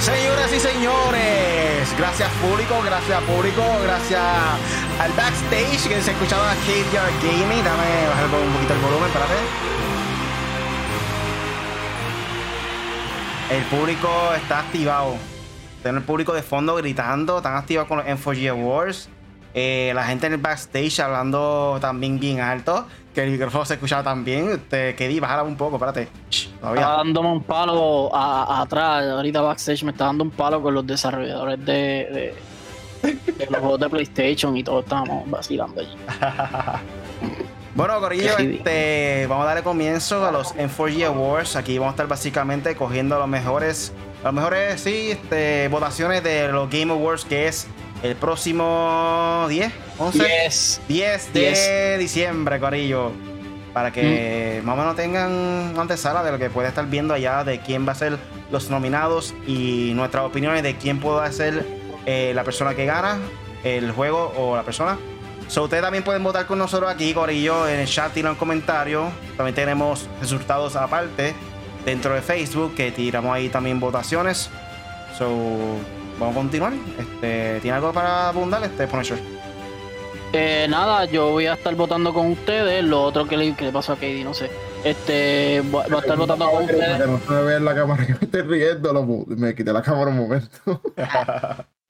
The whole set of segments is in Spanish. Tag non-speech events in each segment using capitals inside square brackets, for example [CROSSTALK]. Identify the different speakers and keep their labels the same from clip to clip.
Speaker 1: Señoras y señores, gracias público, gracias público, gracias al backstage que se ha escuchado a KDR Gaming. Dame bajar un poquito el volumen, espérate. El público está activado. Tengo el público de fondo gritando, están activados con los M4G Awards. Eh, la gente en el backstage hablando también bien alto, que el micrófono se escuchaba también. Te KD, bájala un poco, espérate. Shh, todavía.
Speaker 2: Estaba dándome un palo a- a- atrás, ahorita backstage me está dando un palo con los desarrolladores de, de- de los juegos de PlayStation y todos estábamos vacilando allí.
Speaker 1: Bueno, Corillo,
Speaker 2: Sí.
Speaker 1: este, vamos a darle comienzo a los M4G Awards. Aquí vamos a estar básicamente cogiendo los mejores, los mejores, sí, este, votaciones de los Game Awards, que es el próximo 10, 11,
Speaker 2: Yes.
Speaker 1: 10 de diciembre, Corillo. Para que más o menos tengan antesala de lo que puede estar viendo allá, de quién va a ser los nominados y nuestras opiniones de quién pueda ser eh, la persona que gana el juego o la persona. So, ustedes también pueden votar con nosotros aquí, Corillo, en el chat, tiran comentarios. También tenemos resultados aparte dentro de Facebook, que tiramos ahí también votaciones. So, vamos a continuar. Este, ¿Tiene algo para abundar este Punisher?
Speaker 2: Eh, nada, yo voy a estar votando con ustedes. Lo otro que le, que le pasó a Katie, no sé. Este, va, va a estar votando con
Speaker 3: Que
Speaker 2: ustedes.
Speaker 3: no se me vea en la cámara [LAUGHS] que me estoy riendo, lo pu- me quité la cámara un momento.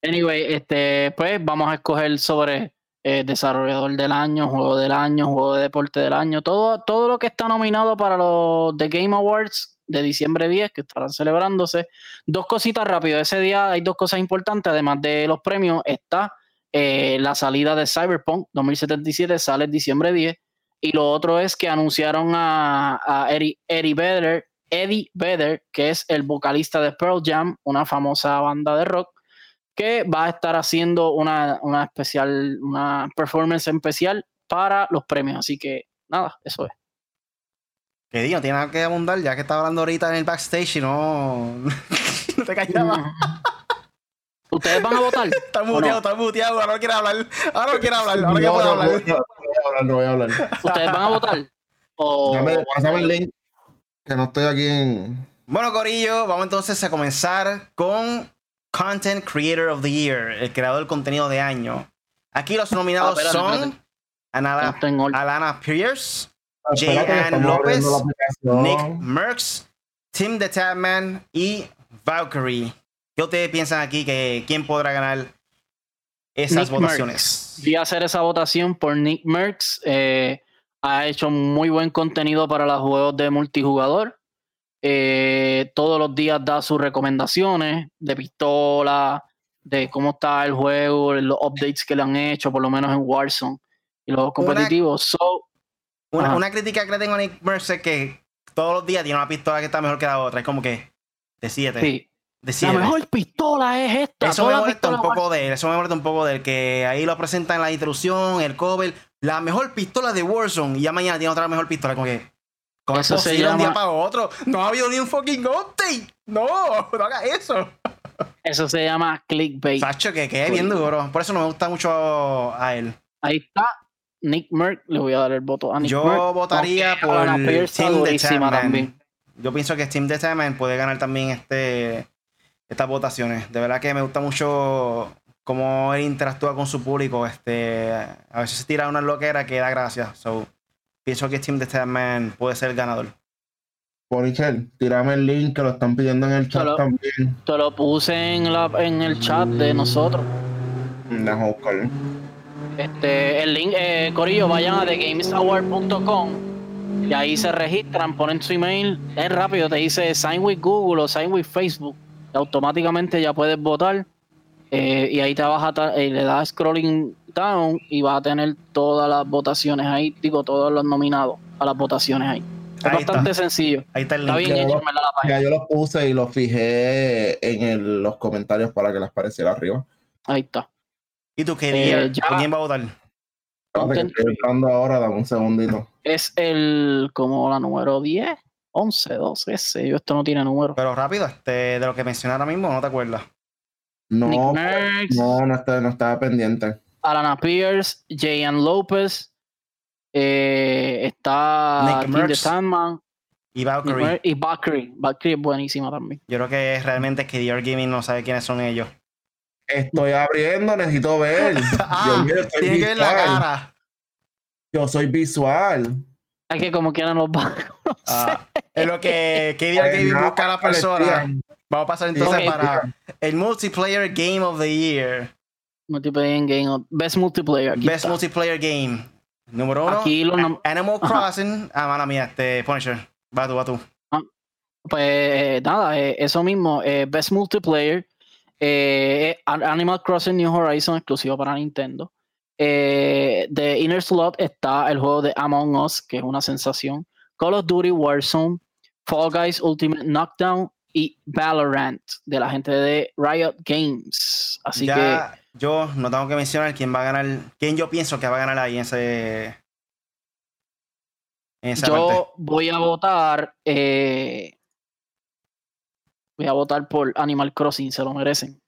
Speaker 2: Anyway, este, pues vamos a escoger sobre eh, desarrollador del año, juego del año, juego de deporte del año, todo, todo lo que está nominado para los The Game Awards de diciembre 10 que estarán celebrándose. Dos cositas rápido, ese día hay dos cosas importantes, además de los premios, está eh, la salida de Cyberpunk 2077, sale en diciembre 10, y lo otro es que anunciaron a, a Eddie, Eddie Vedder, Eddie Vedder, que es el vocalista de Pearl Jam, una famosa banda de rock que va a estar haciendo una, una especial, una performance especial para los premios. Así que nada, eso es.
Speaker 1: Que digo, tiene nada que abundar, ya que estaba hablando ahorita en el backstage y no. [LAUGHS] no te callaba.
Speaker 2: Ustedes van a votar.
Speaker 1: Está muteado,
Speaker 2: Mm. Bueno.
Speaker 1: está muteado, ahora no quiere hablar. Ahora no quiere hablar, [LAUGHS]
Speaker 3: No,
Speaker 1: ahora que
Speaker 3: no,
Speaker 1: puede
Speaker 3: no voy
Speaker 1: hablar.
Speaker 3: a hablar, no voy a hablar.
Speaker 2: Ustedes van a
Speaker 3: [LAUGHS]
Speaker 2: votar. O,
Speaker 3: Dame- Pásame el link, que no estoy aquí en...
Speaker 1: Bueno, Corillo, vamos entonces a comenzar con Content Creator of the Year, el creador del contenido de año. Aquí los nominados
Speaker 2: Ah, espérate,
Speaker 1: son
Speaker 2: espérate. Ah.
Speaker 1: Anala-
Speaker 2: no está en orden.
Speaker 1: Alana Pierce,
Speaker 3: Espérate que
Speaker 1: J.Ann
Speaker 3: estamos
Speaker 1: López,
Speaker 3: abriendo la aplicación.
Speaker 1: Nick Merckx, Tim the Tapman y Valkyrie. ¿Qué ustedes piensan aquí que quién podrá ganar esas
Speaker 2: Nick
Speaker 1: votaciones?
Speaker 2: Voy a hacer esa votación por Nick Merckx. eh, ha hecho muy buen contenido para los juegos de multijugador. Eh, todos los días da sus recomendaciones de pistola, de cómo está el juego, los updates que le han hecho, por lo menos en Warzone y los competitivos. So,
Speaker 1: Una,
Speaker 2: Ajá.
Speaker 1: una crítica que le tengo a Nick Mercer es que todos los días tiene una pistola que está mejor que la otra. Es como que decídete.
Speaker 2: sí, la
Speaker 1: decídete.
Speaker 2: mejor pistola es esta.
Speaker 1: Eso
Speaker 2: todas
Speaker 1: me
Speaker 2: las
Speaker 1: molesta un
Speaker 2: pistolas
Speaker 1: poco de él. Eso me molesta un poco del que ahí lo presentan en la introducción, el cover. La mejor pistola de Warzone. Y ya mañana tiene otra mejor pistola. Como que. Como es
Speaker 2: Eso se
Speaker 1: posible de un día
Speaker 2: llama-
Speaker 1: para otro. No ha habido ni un fucking update. No, no [LAUGHS] hagas eso.
Speaker 2: Eso se llama clickbait.
Speaker 1: Sacho, que quede bien duro. Por eso no me gusta mucho a él.
Speaker 2: Ahí está. Nick Merck, le voy a dar el voto a Nick
Speaker 1: Yo
Speaker 2: Merckx.
Speaker 1: votaría
Speaker 2: Aunque
Speaker 1: por
Speaker 2: Ana Pierce está
Speaker 1: Team The
Speaker 2: durísima
Speaker 1: Chairman.
Speaker 2: también.
Speaker 1: Yo pienso que Steam The Chairman puede ganar también este estas votaciones. De verdad que me gusta mucho cómo él interactúa con su público. Este, a veces se tira una loquera que da gracia. So, pienso que Steam The Chairman puede ser el ganador.
Speaker 3: Bonichel, tirame el link que lo están pidiendo en el chat
Speaker 2: Hello.
Speaker 3: también.
Speaker 2: Te lo puse en, la, en el chat de nosotros.
Speaker 3: Déjame buscarlo.
Speaker 2: Este, el link, eh, Corillo, vayan a thegamesaward.com y ahí se registran, ponen su email. Es rápido, te dice sign with Google o sign with Facebook. Y automáticamente ya puedes votar. eh, y ahí te vas a ta- eh, le das scrolling down y vas a tener todas las votaciones ahí, digo, todos los nominados a las votaciones ahí. Es
Speaker 1: Ahí está.
Speaker 2: bastante sencillo.
Speaker 1: Ahí está el
Speaker 2: Está
Speaker 1: link.
Speaker 2: bien
Speaker 3: Ya,
Speaker 2: hecho, en verdad, la página.
Speaker 3: Ya yo los puse y los fijé en el- los comentarios para que les pareciera arriba.
Speaker 2: Ahí está.
Speaker 1: ¿Y tú
Speaker 2: Eh,
Speaker 1: querías?
Speaker 2: ya.
Speaker 1: ¿Por quién va a votar?
Speaker 3: Espérate que
Speaker 2: Content
Speaker 3: estoy entrando ahora, dame un segundito.
Speaker 2: Es el, como la número 10, 11, 12, qué sé yo, esto no tiene número.
Speaker 1: Pero rápido, este, de lo que mencioné ahora mismo, no te acuerdas.
Speaker 3: No,
Speaker 2: Nick Merckx,
Speaker 3: no, no, está, no estaba pendiente.
Speaker 2: Alana Pierce, Jayan López, eh, está
Speaker 1: Nick
Speaker 2: Tim de
Speaker 1: Merckx.
Speaker 2: Sandman,
Speaker 1: Y Valkyrie.
Speaker 2: Y Valkyrie. Valkyrie es buenísima también.
Speaker 1: Yo creo que es realmente que Dior Gaming no sabe quiénes son ellos.
Speaker 3: Estoy abriendo, necesito
Speaker 2: [LAUGHS]
Speaker 3: ver.
Speaker 1: Ah,
Speaker 3: mira, soy
Speaker 1: tiene que ver la
Speaker 3: visual.
Speaker 1: cara.
Speaker 3: Yo soy visual.
Speaker 2: Es que como quieran los [LAUGHS] va.
Speaker 1: Ah, es lo que, que Dior Gaming
Speaker 3: Eh, Nada
Speaker 1: busca a la
Speaker 3: parecido.
Speaker 1: persona. Vamos a pasar entonces
Speaker 2: Ok.
Speaker 1: para el Multiplayer Game of the Year.
Speaker 2: Multiplayer game. o- Best multiplayer. Aquí,
Speaker 1: Best
Speaker 2: está.
Speaker 1: Multiplayer Game. Número uno.
Speaker 2: Aquí los nom-
Speaker 1: Animal
Speaker 2: Ajá.
Speaker 1: Crossing. Ah, mala mía, este Punisher. Va tú, va tú.
Speaker 2: Pues eh, nada, eh, eso mismo. eh, Best Multiplayer. eh, eh, An- Animal Crossing New Horizons exclusivo para Nintendo. Eh, de Inner Slot está el juego de Among Us, que es una sensación. Call of Duty Warzone, Fall Guys Ultimate Knockdown y Valorant de la gente de Riot Games. Así que
Speaker 1: ya yo no tengo que mencionar quién va a ganar, quién yo pienso que va a ganar ahí en ese. En esa parte.
Speaker 2: Yo voy a votar. eh, voy a votar por Animal Crossing, se lo merecen.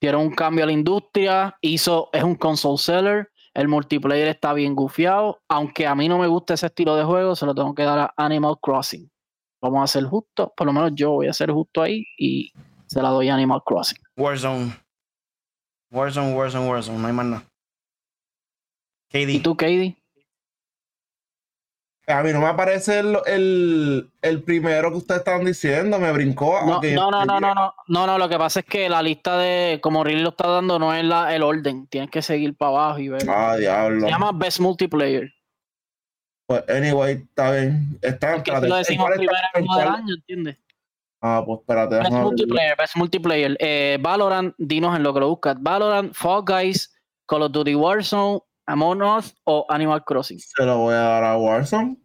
Speaker 2: Dieron un cambio a la industria, hizo, es un console seller, el multiplayer está bien gufiado. Aunque a mí no me gusta ese estilo de juego, se lo tengo que dar a Animal Crossing. Vamos a ser justos, por lo menos yo voy a ser justo ahí y se la doy a Animal Crossing.
Speaker 1: Warzone. Warzone, Warzone, Warzone. No hay más nada.
Speaker 2: ¿Y
Speaker 1: KD.
Speaker 2: tú, Katie?
Speaker 3: A mí no me aparece el, el, el primero que ustedes estaban diciendo, me brincó.
Speaker 2: No,
Speaker 3: aunque-
Speaker 2: no, no, no, no, no, no, no, lo que pasa es que la lista de, como Riley lo está dando, no es la, el orden, tienes que seguir para abajo y ver.
Speaker 3: Ah, diablo.
Speaker 2: Se llama Best Multiplayer.
Speaker 3: Pues, anyway, está bien. Está,
Speaker 2: Porque si
Speaker 3: espérate.
Speaker 2: lo decimos
Speaker 3: ¿Cuál
Speaker 2: primero
Speaker 3: está
Speaker 2: en uno del
Speaker 3: cuál?
Speaker 2: año, ¿entiendes?
Speaker 3: Ah, pues espérate.
Speaker 2: Best
Speaker 3: déjame abrirlo.
Speaker 2: Multiplayer, Best Multiplayer. Eh, Valorant, dinos en lo que lo buscas. Valorant, Fall Guys, Call of Duty Warzone, Among Us o Animal Crossing.
Speaker 3: Se lo voy a dar a Warzone.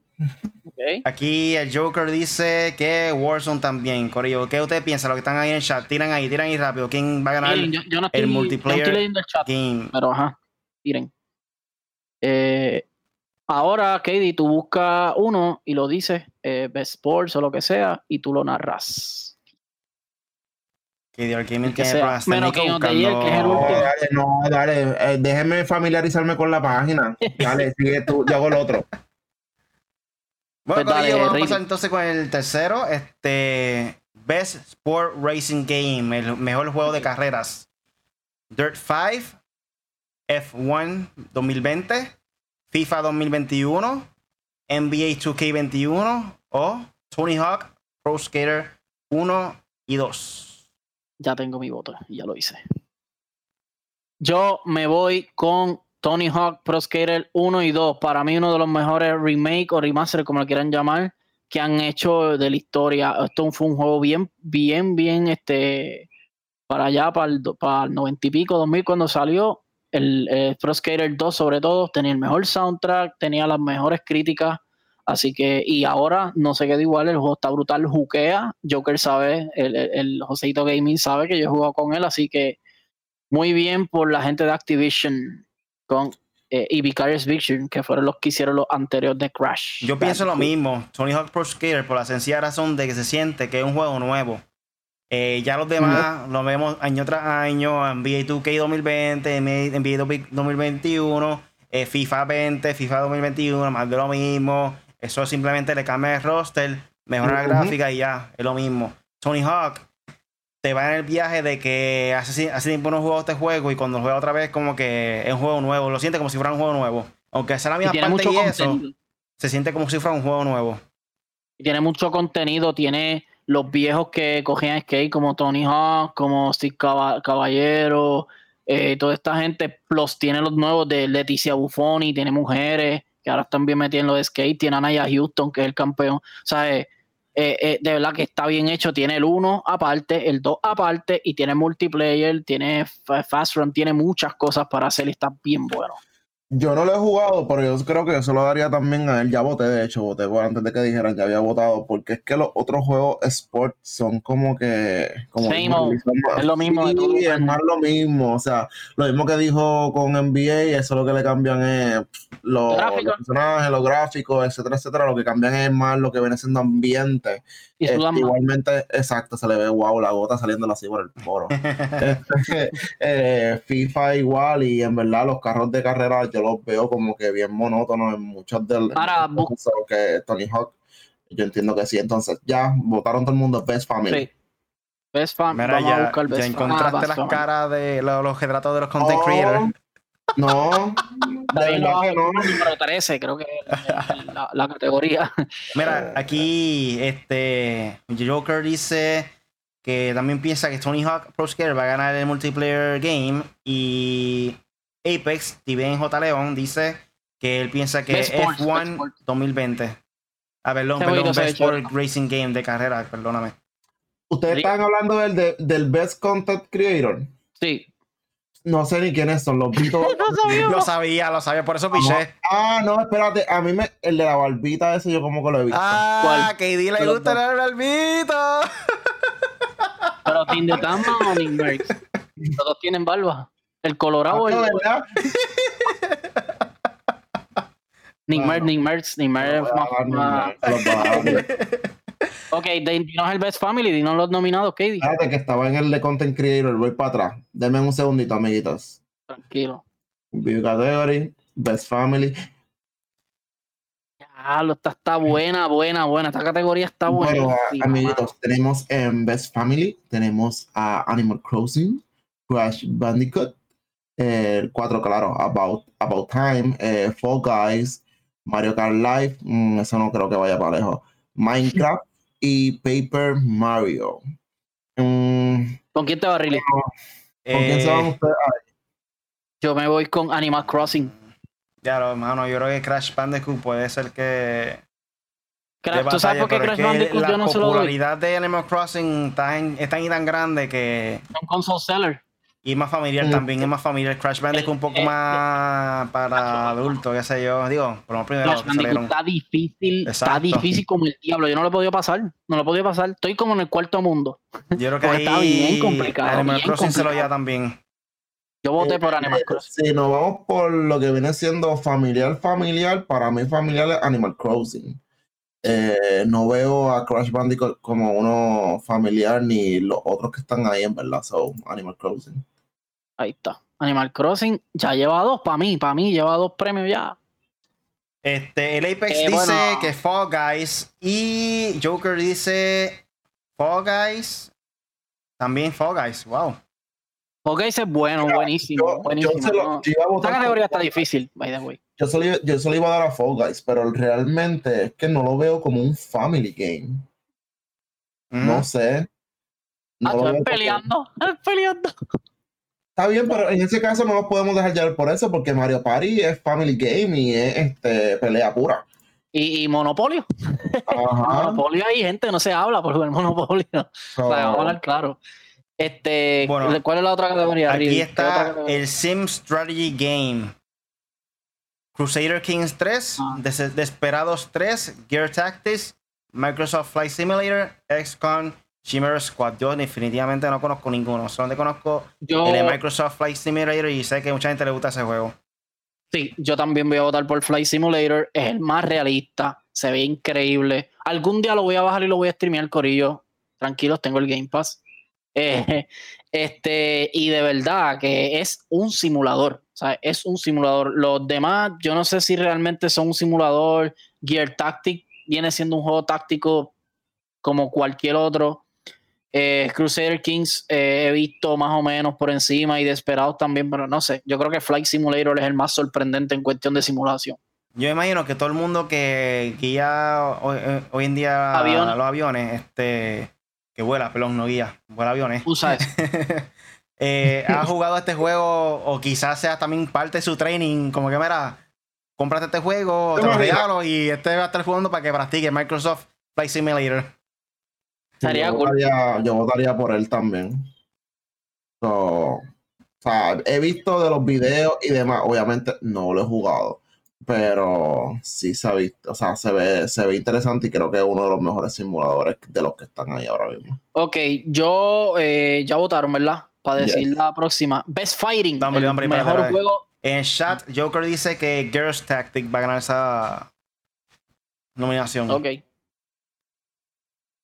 Speaker 1: Aquí el Joker dice que Warzone también, Corillo. ¿Qué ustedes piensan? Los que están ahí en el chat, tiran ahí, tiran ahí rápido. ¿Quién va a ganar
Speaker 2: Miren,
Speaker 1: el
Speaker 2: yo, yo no estoy, yo no estoy
Speaker 1: multiplayer
Speaker 2: leyendo el chat,
Speaker 1: game?
Speaker 2: pero ajá, miren. Eh, ahora, Katie, tú buscas uno y lo dices, eh, Best Sports o lo que sea, y tú lo narras.
Speaker 1: Que Dior Gaming
Speaker 2: El que
Speaker 1: tiene
Speaker 2: sea.
Speaker 1: problemas
Speaker 2: Menos que
Speaker 1: técnicos
Speaker 2: no te llegue,
Speaker 1: buscando-
Speaker 2: que es el
Speaker 3: No,
Speaker 2: último.
Speaker 3: dale, no, dale. eh, déjeme familiarizarme con la página.
Speaker 2: [LAUGHS]
Speaker 3: Dale, sigue tú, yo hago el otro.
Speaker 1: Bueno,
Speaker 2: Pues dale,
Speaker 1: Corillo, vamos a
Speaker 2: Rey.
Speaker 1: pasar entonces con el tercero. Este Best Sport Racing Game, el mejor juego de carreras. Dirt 5, F1 2020, FIFA 2021, NBA 2K21 o Tony Hawk Pro Skater 1 y 2.
Speaker 2: ya tengo mi voto, ya lo hice. Yo me voy con Tony Hawk Pro Skater 1 y 2. Para mí, uno de los mejores remake o remaster, como lo quieran llamar, que han hecho de la historia. Esto fue un juego bien, bien, bien, este, para allá, para el, do- para el 90 y pico, 2000, cuando salió. El, eh, Pro Skater 2, sobre todo, tenía el mejor soundtrack, tenía las mejores críticas. Así que, y ahora no se queda igual, el juego está brutal, juquea. Joker sabe, el, el, el Joseito Gaming sabe que yo he jugado con él, así que muy bien por la gente de Activision con, eh, y Vicarious Vision, que fueron los que hicieron los anteriores de Crash.
Speaker 1: Yo pienso lo
Speaker 2: Bandicoot.
Speaker 1: mismo, Tony Hawk Pro Skater, por la sencilla razón de que se siente que es un juego nuevo. Eh, ya los demás los vemos año tras año, NBA 2K 2020, NBA 2021, eh, FIFA 20, FIFA 2021, más de lo mismo. Eso simplemente le cambia el roster, mejora la
Speaker 3: Ujú.
Speaker 1: gráfica y ya, es lo mismo. Tony Hawk te va en el viaje de que hace, hace tiempo no jugado este juego y cuando lo juega otra vez como que es un juego nuevo, lo siente como si fuera un juego nuevo. Aunque sea la
Speaker 2: Y
Speaker 1: misma
Speaker 2: tiene
Speaker 1: parte
Speaker 2: mucho
Speaker 1: y eso,
Speaker 2: contenido.
Speaker 1: se siente como si fuera un juego nuevo.
Speaker 2: Y tiene mucho contenido, tiene los viejos que cogían skate como Tony Hawk, como Steve Cava- Caballero, eh, toda esta gente, plus tiene los nuevos de Leticia Buffoni, tiene mujeres que ahora están bien metidas en los de skate, tiene a Naya Houston, que es el campeón, o sea, eh, eh, eh, de verdad que está bien hecho, tiene el 1 aparte, el 2 aparte, y tiene multiplayer, tiene fa- fast run, tiene muchas cosas para hacer y está bien bueno.
Speaker 3: Yo no lo he jugado, pero yo creo que yo se lo daría también a él. Ya voté, de hecho, voté por antes de que dijeran que había votado, porque es que los otros juegos sports son como que. Como
Speaker 2: Same old. Es lo mismo de
Speaker 3: Sí,
Speaker 2: todo. pues.
Speaker 3: es más lo mismo. O sea, lo mismo que dijo con NBA, eso lo que le cambian es pff, los,
Speaker 2: Gráfico.
Speaker 3: los personajes, los gráficos, etcétera, etcétera. Lo que cambian es más lo que viene siendo ambiente.
Speaker 2: Y
Speaker 3: Este,
Speaker 2: sudan más.
Speaker 3: igualmente, exacto, se le ve wow la gota saliéndole así por el poro. Este, eh, FIFA igual, y en verdad los carros de carrera yo los veo como que bien monótonos en muchas de las
Speaker 2: Ahora,
Speaker 3: cosas que Tony Hawk. Yo entiendo que sí. Entonces, ya votaron todo el mundo Best Family.
Speaker 2: Sí. Best Family.
Speaker 1: Mira,
Speaker 2: Ah, Vamos a
Speaker 1: ya,
Speaker 2: buscar Best
Speaker 1: ya
Speaker 2: Fam-
Speaker 1: encontraste
Speaker 2: Ah, Best
Speaker 1: las
Speaker 2: Family.
Speaker 1: caras de los, los retratos de los content
Speaker 3: Oh,
Speaker 1: creators.
Speaker 3: No,
Speaker 2: Está
Speaker 3: de
Speaker 2: bien,
Speaker 3: verdad que no.
Speaker 2: número 13, creo que es la, la categoría. [LAUGHS]
Speaker 1: Mira, aquí este Joker dice que también piensa que Tony Hawk Pro Skater va a ganar el multiplayer game y Apex Tiben J León dice que él piensa que
Speaker 2: Best Sports, Best
Speaker 1: F1
Speaker 2: Sports.
Speaker 1: 2020. Ah, perdón,
Speaker 2: Ese jueguito
Speaker 1: perdón,
Speaker 2: se
Speaker 1: Best
Speaker 2: ve chulo.
Speaker 1: Sport Racing Game de carrera, perdóname.
Speaker 3: Ustedes
Speaker 2: Sí.
Speaker 3: están hablando del, de- del Best Content Creator.
Speaker 2: Sí.
Speaker 3: No sé ni quiénes son, los vi
Speaker 2: [LAUGHS]
Speaker 3: todos.
Speaker 1: Lo sabía, lo sabía, por eso piché.
Speaker 3: Ah, no, espérate. A mí me, el de la barbita ese yo como que lo he visto.
Speaker 1: Ah,
Speaker 2: ¿Cuál?
Speaker 1: que Dile
Speaker 2: De
Speaker 1: le
Speaker 2: los
Speaker 1: gusta el
Speaker 2: dos.
Speaker 1: albito.
Speaker 2: Pero Tinder Tama o Ningbirds. Los dos tienen barba. El
Speaker 3: Ah,
Speaker 2: colorado,
Speaker 3: no,
Speaker 2: el
Speaker 3: ¿verdad?
Speaker 2: Ningmerts,
Speaker 3: no.
Speaker 2: Ningmerts, Ningmerts.
Speaker 3: Ah, no, no, los [LAUGHS] barrios.
Speaker 2: Ok, de- dinos el Best Family, dinos los nominados, Katie.
Speaker 3: Espérate que estaba en el de Content Creator, voy para atrás. Denme un segundito, amiguitos.
Speaker 2: Tranquilo.
Speaker 3: View Category, Best Family.
Speaker 2: Ya, lo está, está buena, buena, buena. Esta categoría está buena.
Speaker 3: Bueno, ah, amiguitos, tenemos en Best Family, tenemos a Animal Crossing, Crash Bandicoot, eh, cuatro, claro, About, About Time, eh, Fall Guys, Mario Kart Live, mm, eso no creo que vaya para lejos, Minecraft y Paper Mario. Mm,
Speaker 2: ¿Con quién te vas, Riley?
Speaker 3: ¿Con quién se van
Speaker 1: Eh,
Speaker 3: ustedes?
Speaker 2: Yo me voy con Animal Crossing.
Speaker 1: ya lo hermano, yo creo que Crash Bandicoot puede ser que
Speaker 2: Crash-
Speaker 1: de
Speaker 2: ¿Tú
Speaker 1: batalla,
Speaker 2: sabes por qué
Speaker 1: pero es
Speaker 2: Crash
Speaker 1: que
Speaker 2: Bandicoot
Speaker 1: la
Speaker 2: yo no se lo doy?
Speaker 1: popularidad de Animal Crossing está en- es tan y tan grande que
Speaker 2: Son console seller.
Speaker 1: y más familiar
Speaker 3: Mm.
Speaker 1: también es más familiar Crash Bandicoot un poco
Speaker 2: Eh, eh,
Speaker 1: más para adultos qué sé yo digo por lo primero
Speaker 2: Crash
Speaker 1: que salieron
Speaker 2: Bandicoot está difícil, está
Speaker 1: Exacto.
Speaker 2: difícil como el diablo. Yo no lo he podido pasar, no lo he podido pasar. Estoy como en el cuarto mundo.
Speaker 1: yo creo que
Speaker 2: Porque está bien
Speaker 1: ahí
Speaker 2: complicado,
Speaker 1: Animal
Speaker 2: bien
Speaker 1: Crossing se lo
Speaker 2: complicado.
Speaker 1: lleva también
Speaker 2: Yo voté por Animal
Speaker 3: Eh,
Speaker 2: Crossing.
Speaker 3: Si nos vamos por lo que viene siendo familiar, familiar, para mí familiar es Animal Crossing. Eh, no veo a Crash Bandicoot como uno familiar ni los otros que están ahí en verdad, son Animal Crossing.
Speaker 2: Ahí está. Animal Crossing ya lleva dos para mí, para mí lleva dos premios ya.
Speaker 1: este el Apex
Speaker 2: Eh,
Speaker 1: dice
Speaker 2: bueno.
Speaker 1: que Fall Guys y Joker dice Fall Guys también Fall Guys wow
Speaker 2: Ok, ese es bueno, buenísimo,
Speaker 3: Yo, yo
Speaker 2: buenísimo.
Speaker 3: se lo-
Speaker 2: ¿no?
Speaker 3: yo iba a
Speaker 2: Esta
Speaker 3: votar
Speaker 2: categoría está
Speaker 3: por-
Speaker 2: difícil, by the way.
Speaker 3: yo se lo iba- yo se lo iba a dar a Fall Guys, pero realmente es que no lo veo como un family game.
Speaker 1: Ujú.
Speaker 3: No sé. No
Speaker 2: Ah, tú
Speaker 3: lo veo
Speaker 2: estás
Speaker 3: como-
Speaker 2: peleando, [LAUGHS] estás peleando.
Speaker 3: Está bien, pero en ese caso no nos podemos dejar llevar por eso, porque Mario Party es family game y es este, pelea pura.
Speaker 2: Y, y Monopolio.
Speaker 3: Ajá.
Speaker 2: Monopolio ahí, gente, no se habla por jugar Monopolio. [LAUGHS] O sea,
Speaker 3: so,
Speaker 2: vamos a
Speaker 3: Oh.
Speaker 2: hablar claro. Este,
Speaker 1: Bueno,
Speaker 2: ¿cuál es la otra categoría?
Speaker 1: Aquí
Speaker 2: Riley? ¿Qué otra
Speaker 1: está
Speaker 2: categoría?
Speaker 1: el Sim Strategy Game. Crusader Kings 3,
Speaker 2: Ah.
Speaker 1: Des- Desperados 3, Gear Tactics, Microsoft Flight Simulator, XCOM, Chimera Squad. Yo definitivamente no conozco ninguno. Solamente conozco
Speaker 2: Yo-
Speaker 1: el de Microsoft Flight Simulator y sé que mucha gente le gusta ese juego.
Speaker 2: Sí, yo también voy a votar por Flight Simulator. Es el más realista. Se ve increíble. Algún día lo voy a bajar y lo voy a streamear, Corillo. Tranquilos, tengo el Game Pass. Eh, este, y de verdad que es un simulador. O sea, es un simulador. Los demás, yo no sé si realmente son un simulador. Gear Tactic viene siendo un juego táctico como cualquier otro. Eh, Crusader Kings eh, he visto más o menos por encima y Desperados también, pero no sé. Yo creo que Flight Simulator es el más sorprendente en cuestión de simulación.
Speaker 1: Yo imagino que todo el mundo que guía hoy, eh, hoy en día
Speaker 2: Aviones.
Speaker 1: los aviones, este, que vuela, perdón, no guía, vuela aviones.
Speaker 2: Usa eso.
Speaker 1: [LAUGHS] eh, ha jugado este juego o quizás sea también parte de su training, como que mira, cómprate este juego, te lo
Speaker 3: Toma, mira.
Speaker 1: regalo y este va a estar jugando para que practique Microsoft Flight Simulator.
Speaker 2: Estaría
Speaker 3: yo,
Speaker 2: cool.
Speaker 3: votaría, yo votaría por él también. So, o sea, he visto de los videos y demás. Obviamente no lo he jugado. Pero sí se ha visto. O sea, se ve, se ve interesante y creo que es uno de los mejores simuladores de los que están ahí ahora mismo.
Speaker 2: Ok, yo eh, ya votaron, ¿verdad? Para
Speaker 3: Yes.
Speaker 2: decir la próxima. Best Fighting.
Speaker 1: Dame,
Speaker 2: el
Speaker 1: dame, espérate,
Speaker 2: mejor
Speaker 1: espérate.
Speaker 2: juego.
Speaker 1: En chat, Joker dice que Girls Tactic va a ganar esa nominación.
Speaker 2: Ok.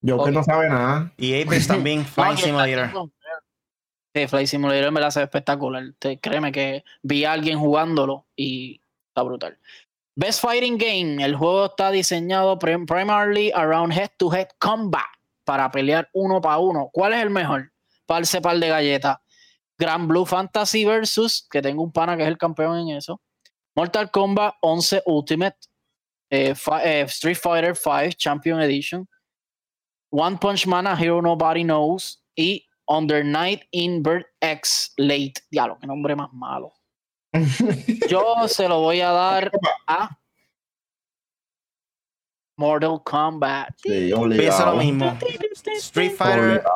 Speaker 3: Yo que
Speaker 2: Ok.
Speaker 3: no sabe nada. [LAUGHS]
Speaker 1: Y
Speaker 2: [LAUGHS]
Speaker 1: Apex también,
Speaker 2: No,
Speaker 1: Flight
Speaker 2: que
Speaker 1: Simulator.
Speaker 2: está- Sí, Flight Simulator me la hace espectacular. Te- créeme que vi a alguien jugándolo y está brutal. Best Fighting Game. El juego está diseñado prim- primarily around head-to-head combat para pelear uno para uno. ¿Cuál es el mejor? Parse par de galletas. Grand Blue Fantasy versus, que tengo un pana que es el campeón en eso. Mortal Kombat 11 Ultimate. eh, fi- eh, Street Fighter 5 Champion Edition. One Punch Man, A Hero Nobody Knows. Y Under Night in Bird X Late. Diablo, qué nombre más malo. Yo se lo voy a dar a Mortal Kombat.
Speaker 3: Sí,
Speaker 1: Pienso lo
Speaker 3: obligado.
Speaker 1: mismo. Street Fighter,
Speaker 3: Obligado.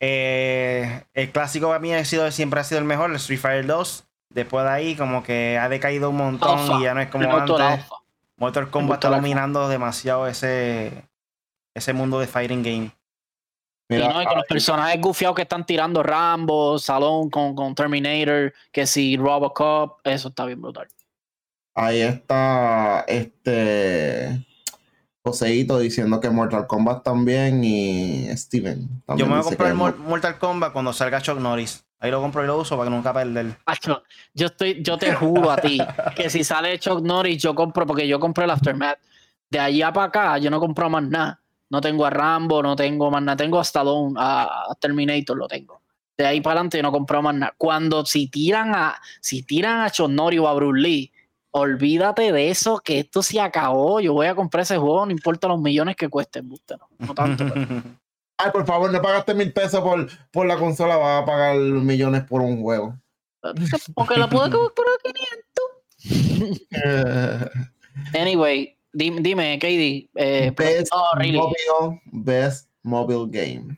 Speaker 1: eh, el clásico para mí ha sido, siempre ha sido el mejor, el Street Fighter 2. Después de ahí, como que ha decaído un montón
Speaker 2: Alpha.
Speaker 1: y ya no es como
Speaker 2: El autor
Speaker 1: antes.
Speaker 2: alfa.
Speaker 1: Mortal
Speaker 2: Mortal
Speaker 1: Kombat está
Speaker 2: Alpha.
Speaker 1: dominando demasiado ese, ese mundo de fighting game.
Speaker 2: Y
Speaker 3: Mira, ah,
Speaker 2: no, y con los personajes gufiados que están tirando Rambo, Salón con, con Terminator, que si Robocop, eso está bien brutal.
Speaker 3: ahí está este Joseito diciendo que Mortal Kombat también y Steven. También
Speaker 1: Yo me voy a
Speaker 3: dice
Speaker 1: comprar
Speaker 3: que
Speaker 1: el Mor- Mortal Kombat cuando salga Chuck Norris. Ahí lo compro y lo uso para que nunca perder.
Speaker 2: Acho, yo estoy, yo te juro a ti que si sale Chuck Norris, yo compro, porque yo compré el Aftermath. De allá para acá, yo no compro más nada. No tengo a Rambo, no tengo más nada. Tengo hasta Stallone, a, a Terminator lo tengo. De ahí para adelante yo no compro más nada. Cuando si tiran a, si tiran a Chuck Norris o a Bruce Lee, olvídate de eso, que esto se acabó. Yo voy a comprar ese juego, no importa los millones que cuesten, buste, no, no tanto. pero-
Speaker 1: [LAUGHS]
Speaker 3: Ay, por favor, no pagaste mil pesos por, por la consola, vas a pagar millones por un
Speaker 2: [LAUGHS]
Speaker 3: juego.
Speaker 2: Porque la [LAUGHS] puedo comprar a 500.
Speaker 3: Eh,
Speaker 2: Anyway, dime, dime KD. eh,
Speaker 3: best,
Speaker 2: oh, really?
Speaker 3: mobile, best mobile game.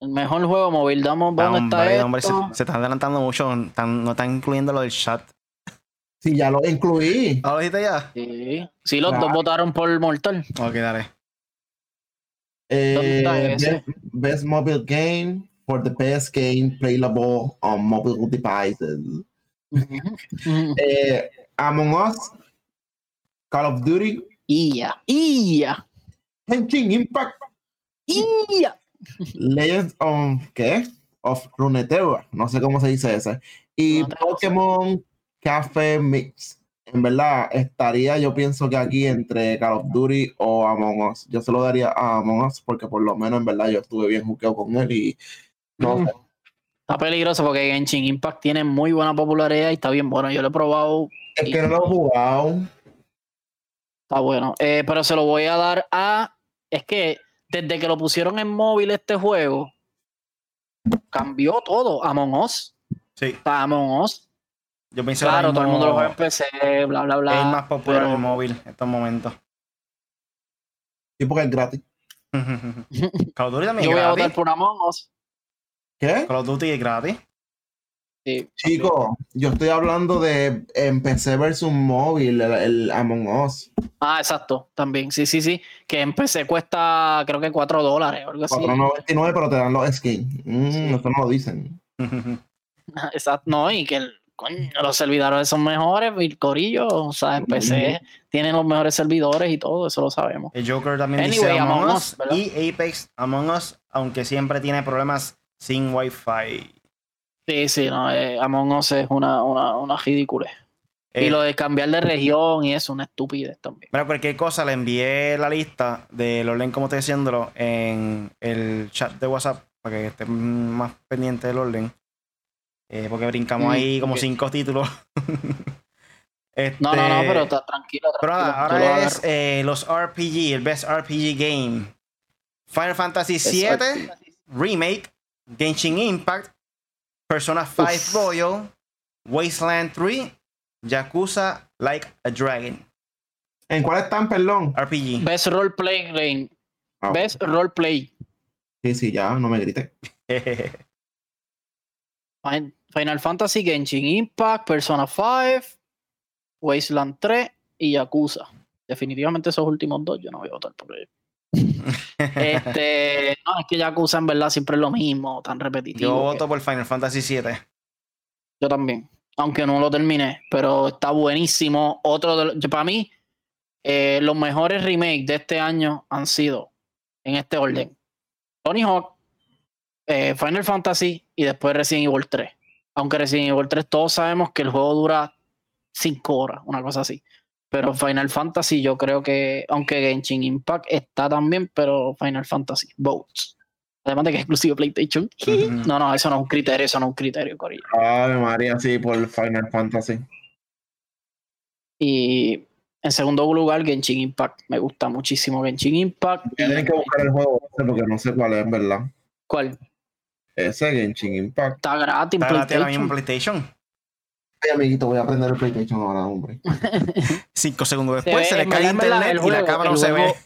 Speaker 2: El mejor juego móvil. Damos,
Speaker 1: Ah,
Speaker 2: ¿dónde está
Speaker 1: hombre,
Speaker 2: esto?
Speaker 1: hombre, se, se está adelantando mucho. tan- no están incluyendo lo del chat.
Speaker 3: Sí, ya lo incluí.
Speaker 1: ¿Ah, ¿Lo dijiste ya?
Speaker 2: Sí. Sí, los
Speaker 3: Claro.
Speaker 2: dos votaron por
Speaker 1: [LAUGHS]
Speaker 2: Mortal.
Speaker 1: Ok, dale.
Speaker 3: Eh,
Speaker 2: ¿Dónde está
Speaker 3: best, best mobile game for the best game playable on mobile devices. Eh, Among Us, Call of Duty,
Speaker 2: Ia, ia,
Speaker 3: Genshin Impact,
Speaker 2: ia.
Speaker 3: Legends of ¿qué? Of Runeterra, no sé cómo se dice ese. Y
Speaker 2: Runeterra.
Speaker 3: Pokémon Café Mix. En verdad, estaría yo pienso que aquí entre Call of Duty o Among Us. Yo se lo daría a Among Us porque por lo menos en verdad yo estuve bien juqueo con él y no
Speaker 2: Mm. Está peligroso porque Genshin Impact tiene muy buena popularidad y está bien bueno. Yo lo he probado,
Speaker 3: es que no lo he jugado.
Speaker 2: está bueno. Eh, pero se lo voy a dar a. Es que desde que lo pusieron en móvil este juego, cambió todo. Among Us.
Speaker 1: Sí,
Speaker 2: Está Among Us.
Speaker 1: yo pensé ahora
Speaker 2: Claro, todo el
Speaker 1: mismo
Speaker 2: mundo lo juega en PC, bla, bla, bla.
Speaker 1: Es más popular
Speaker 2: pero-
Speaker 1: el móvil en estos momentos. [LAUGHS]
Speaker 3: Sí, porque es gratis.
Speaker 1: Call of Duty también
Speaker 2: Yo voy
Speaker 1: es
Speaker 2: a votar
Speaker 1: gratis.
Speaker 2: por Among Us.
Speaker 3: ¿Qué?
Speaker 1: Call of Duty es gratis. [LAUGHS]
Speaker 2: Sí.
Speaker 3: Chico, yo estoy hablando de en PC versus móvil, el, el Among Us.
Speaker 2: Ah, exacto, también. Sí, sí, sí. Que en PC cuesta, creo que 4 dólares o algo así.
Speaker 3: 4.99, pero te dan los skins. Mm,
Speaker 2: Ah, Sí.
Speaker 3: Eso no lo dicen.
Speaker 2: [LAUGHS] Exacto. No, y que el- coño, los servidores son mejores, el corillo. O sea, en PC tienen los mejores servidores y todo, eso lo sabemos.
Speaker 1: El Joker también
Speaker 2: Anyway,
Speaker 1: dice Among Us
Speaker 2: Among Us, ¿verdad?
Speaker 1: y Apex Among Us, aunque siempre tiene problemas sin Wi-Fi.
Speaker 2: Sí, sí, no, eh, Among Us es una, una, una ridícula.
Speaker 1: Eh,
Speaker 2: Y lo de cambiar de región y eso, una estupidez también.
Speaker 1: Mira, cualquier cosa, le envié la lista del orden como estoy diciéndolo en el chat de WhatsApp para que estén más pendientes del orden. Eh, porque brincamos
Speaker 2: Mm,
Speaker 1: ahí como
Speaker 2: ok.
Speaker 1: cinco títulos. [LAUGHS]
Speaker 2: No, no, no,
Speaker 1: Este,
Speaker 2: pero está tranquilo.
Speaker 1: pero nada,
Speaker 2: tranquilo, yo lo
Speaker 1: ahora es
Speaker 2: agarro.
Speaker 1: eh, los RPG, el Best RPG Game. Final Fantasy VII Remake, Genshin Impact, Persona 5
Speaker 2: Uf.
Speaker 1: Royal, Wasteland 3, Yakuza Like a Dragon.
Speaker 3: ¿En cuál están, perdón?
Speaker 1: RPG.
Speaker 2: Best Roleplay Game.
Speaker 3: Ah,
Speaker 2: Best Roleplay.
Speaker 3: Sí, sí, ya, no me grité.
Speaker 2: Fin- Final Fantasy, Genshin Impact, Persona 5, Wasteland 3 y Yakuza. Definitivamente esos últimos dos yo no voy a
Speaker 1: [LAUGHS]
Speaker 2: votar por ellos. Este, no, es que Yakuza en verdad siempre es lo mismo, tan repetitivo.
Speaker 1: [LAUGHS] Yo
Speaker 2: que-
Speaker 1: voto por Final Fantasy VII.
Speaker 2: yo también, aunque no lo terminé, pero está buenísimo. Otro de los- yo- para mí, eh, los mejores remakes de este año han sido en este orden: Tony Hawk, eh, Final Fantasy y después Resident Evil 3. Aunque Resident Evil 3 todos sabemos que el juego dura 5 horas, una cosa así. Pero Final Fantasy, yo creo que, aunque Genshin Impact está también, pero Final Fantasy, votes. Además de que es exclusivo PlayStation.
Speaker 1: Ujú.
Speaker 2: No, no, eso no es un criterio, eso no es un criterio, Corillo.
Speaker 3: Ave María, sí, por Final Fantasy.
Speaker 2: Y en segundo lugar, Genshin Impact. Me gusta muchísimo Genshin Impact.
Speaker 3: Tienen que buscar el juego ese porque no sé cuál es, en verdad.
Speaker 2: ¿Cuál?
Speaker 3: Ese Genshin Impact.
Speaker 2: Está gratis, en
Speaker 1: Está gratis ahora mismo en
Speaker 2: PlayStation.
Speaker 1: PlayStation.
Speaker 3: Ay, amiguito, voy a aprender el PlayStation ahora, hombre.
Speaker 1: Cinco segundos
Speaker 2: Se
Speaker 1: después
Speaker 2: ve,
Speaker 1: se, le
Speaker 2: en
Speaker 1: cae
Speaker 2: verdad,
Speaker 1: el
Speaker 2: en verdad,
Speaker 1: internet
Speaker 2: el
Speaker 1: y la
Speaker 2: juego-
Speaker 1: cámara no
Speaker 2: el
Speaker 1: se ve.
Speaker 2: juego-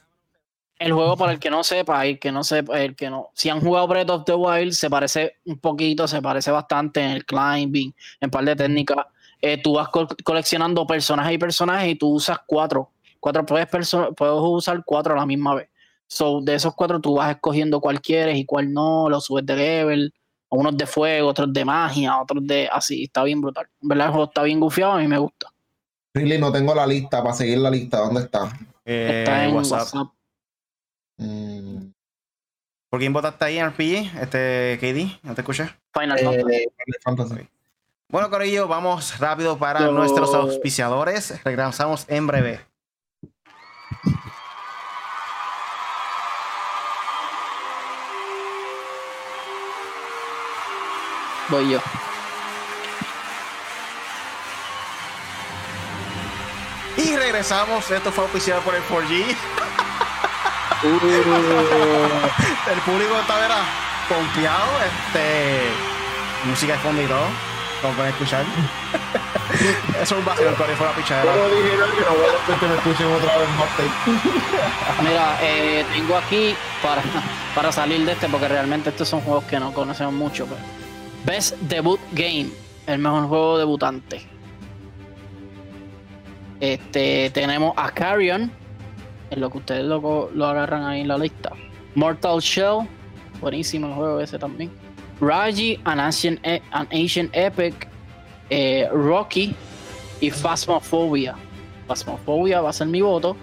Speaker 2: El juego, para el que no sepa, el que no sepa, el que no. Si han jugado Breath of the Wild, se parece un poquito, se parece bastante en el climbing, en par de técnicas. Eh, tú vas col- coleccionando personajes y personajes y tú usas cuatro. Cuatro puedes, perso- puedes usar cuatro a la misma vez. So, de esos cuatro tú vas escogiendo cuál quieres y cuál no, los subes de level, unos de fuego, otros de magia, otros de así, está bien brutal. En ¿Verdad? El juego está bien gufiado, a mí me gusta.
Speaker 3: Really, no tengo la lista para seguir la lista. ¿Dónde está?
Speaker 1: Eh,
Speaker 2: Está en
Speaker 1: WhatsApp.
Speaker 2: WhatsApp.
Speaker 3: Mm,
Speaker 1: ¿Por quién votaste ahí en RPG? Este, KD, no te escuché.
Speaker 2: Final
Speaker 3: eh,
Speaker 2: Fantasy.
Speaker 3: Final Fantasy.
Speaker 1: Bueno, Corillo, vamos rápido para
Speaker 2: Yo-
Speaker 1: nuestros auspiciadores. Regresamos en breve.
Speaker 2: Voy yo.
Speaker 1: Y regresamos. Esto fue auspiciado por el 4G. uh, El público está, verá, confiado. Este, música de fondo y todo. Como pueden escuchar. [LAUGHS] Eso es un vacío, Corillo, fue la
Speaker 3: Yo
Speaker 1: pichadera.
Speaker 3: no dije nada, que no voy a hacer que me escuchen otra vez más tape.
Speaker 2: Mira, eh, tengo aquí para, para salir de este, porque realmente estos son juegos que no conocemos mucho. Pero. Best Debut Game, el mejor juego debutante. Este, tenemos a Carrion, en lo que ustedes lo, co- lo agarran ahí en la lista. Mortal Shell, buenísimo el juego ese también. Raji, An Ancient, E- An Ancient Epic, eh, Rocky y Phasmophobia. Phasmophobia va a ser mi voto.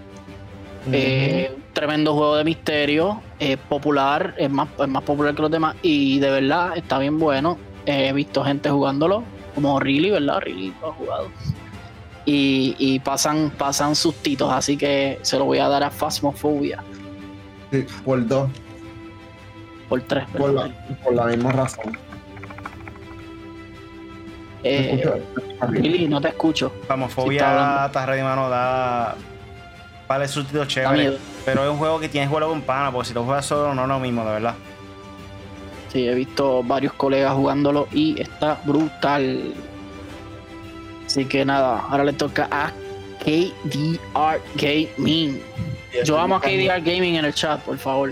Speaker 3: Mm,
Speaker 2: Eh, tremendo juego de misterio, eh, popular, es más, es más popular que los demás y de verdad está bien bueno. Eh, he visto gente jugándolo, como Riley, ¿verdad? Riley lo ha jugado. Y, y pasan, pasan sustitos, así que se lo voy a dar a Phasmophobia
Speaker 3: Sí, por dos,
Speaker 2: por tres.
Speaker 3: por
Speaker 2: ¿verdad?
Speaker 3: la, por la misma razón. ¿Me
Speaker 2: Eh,
Speaker 3: escuchas?
Speaker 2: Riley, no te escucho.
Speaker 1: Vamos,
Speaker 2: Sí, está
Speaker 1: Fobia,
Speaker 2: hablando.
Speaker 1: está ready, mano, da. Vale, su título
Speaker 2: Da
Speaker 1: chévere.
Speaker 2: miedo.
Speaker 1: Pero es un juego que tienes que jugarlo con pana, porque si lo juegas solo, no es lo mismo, de verdad.
Speaker 2: Sí, he visto varios colegas jugándolo y está brutal. Así que nada, ahora le toca a KDR Gaming. Yo amo a KDR Gaming en el chat, por favor.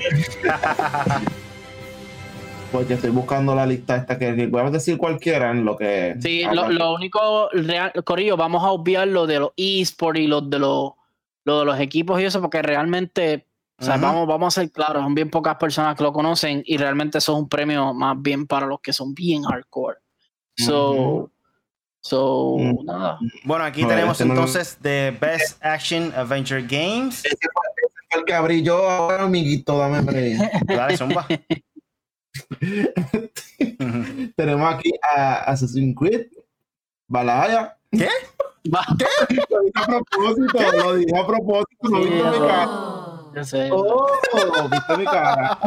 Speaker 3: Porque estoy buscando la lista esta que que voy a decir cualquiera en lo que.
Speaker 2: Sí,
Speaker 3: habla.
Speaker 2: lo, lo único, real, Corillo, vamos a obviar lo de los eSports y los de los, lo de los equipos y eso, porque realmente, o sea,
Speaker 1: Ajá.
Speaker 2: vamos, vamos a ser claros, son bien pocas personas que lo conocen y realmente eso es un premio más bien para los que son bien hardcore. So,
Speaker 3: Ujú.
Speaker 2: so,
Speaker 3: Ujú.
Speaker 2: nada. [LAUGHS]
Speaker 1: Bueno, aquí
Speaker 3: No,
Speaker 1: tenemos
Speaker 3: este no-
Speaker 1: entonces The Best Action Adventure Games.
Speaker 3: Ese fue, ese fue el que abrí yo ahora, amiguito, dame
Speaker 1: [LAUGHS]
Speaker 3: break.
Speaker 1: Dale,
Speaker 3: [LAUGHS]
Speaker 1: zumba. Ujú.
Speaker 3: Tenemos aquí a Assassin's Creed, Balaya.
Speaker 2: Va,
Speaker 3: Lo dije a propósito, lo dije a propósito, no
Speaker 2: Sí,
Speaker 3: viste mi
Speaker 2: eso.
Speaker 3: cara.
Speaker 2: yo sé,
Speaker 3: Oh, viste mi cara.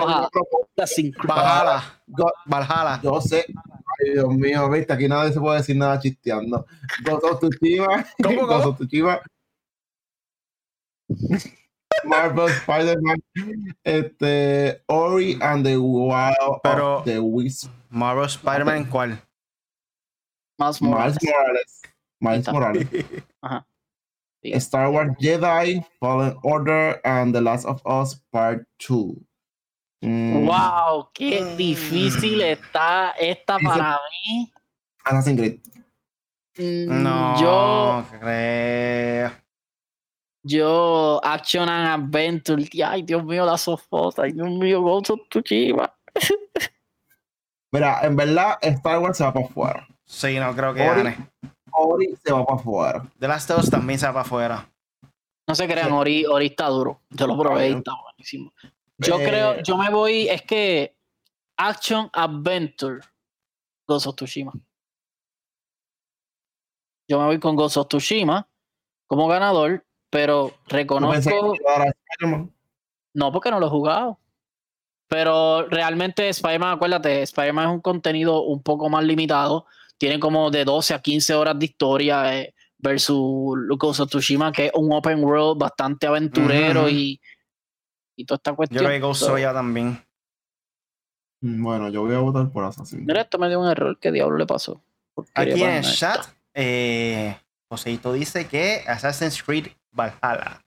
Speaker 2: Ojalá.
Speaker 3: A propósito,
Speaker 2: sin
Speaker 1: Valhalla.
Speaker 3: God-
Speaker 1: Valhalla.
Speaker 3: Yo sé, ay Dios mío, viste, aquí nadie se puede decir nada chisteando. Ghost of Tsushima,
Speaker 1: ¿Cómo,
Speaker 3: Ghost
Speaker 1: cómo?
Speaker 3: of Tsushima. Marvel Spider-Man, este, Ori and the Wild
Speaker 1: Pero-
Speaker 3: of the Wisp.
Speaker 1: Marvel Spider-Man, ¿cuál?
Speaker 2: más
Speaker 3: Miles
Speaker 2: Morales.
Speaker 3: Morales. Miles
Speaker 2: Está.
Speaker 3: Morales.
Speaker 2: [LAUGHS] Ajá. Sí.
Speaker 3: Star Wars Jedi, Fallen Order, and The Last of Us Part 2. Mm,
Speaker 2: Wow, qué difícil está esta para mí.
Speaker 3: Assassin's Creed.
Speaker 2: Mm,
Speaker 1: No.
Speaker 2: Yo,
Speaker 1: creo.
Speaker 2: yo, Action and Adventure. tía, Ay, Dios mío, la sofota. Ay, Dios mío, Ghost of Tsushima.
Speaker 3: Mira, en verdad, Star Wars se va para afuera.
Speaker 1: Sí, no creo que
Speaker 3: Ori.
Speaker 1: gane.
Speaker 3: Ori se va para afuera.
Speaker 1: The Last of Us también se va para afuera.
Speaker 2: No se crean, Ori, Ori está duro. Yo lo probé y está buenísimo. Yo
Speaker 3: Eh.
Speaker 2: creo, yo me voy, es que Action Adventure, Ghost of Tsushima. Yo me voy con Ghost of Tsushima. como ganador, pero
Speaker 3: Yo pensé que
Speaker 2: reconozco.
Speaker 3: iba a dar a Spider-Man.
Speaker 2: No, porque no lo he jugado. Pero realmente Spider-Man, acuérdate, Spider-Man es un contenido un poco más limitado. Tiene como de 12 a 15 horas de historia eh, versus Ghost of Tsushima, que es un open world bastante aventurero
Speaker 1: Ujú.
Speaker 2: y, y toda esta
Speaker 1: Yo
Speaker 2: cuestión.
Speaker 1: creo que Ghost
Speaker 2: So,
Speaker 1: Soya también.
Speaker 3: Mm, Bueno, yo voy a votar por Assassin's
Speaker 2: Mira, esto me dio un error. ¿Qué diablo le pasó? Porquería
Speaker 1: Aquí en
Speaker 2: para
Speaker 1: el
Speaker 2: nada.
Speaker 1: chat, eh, Joseito dice que Assassin's Creed Valhalla.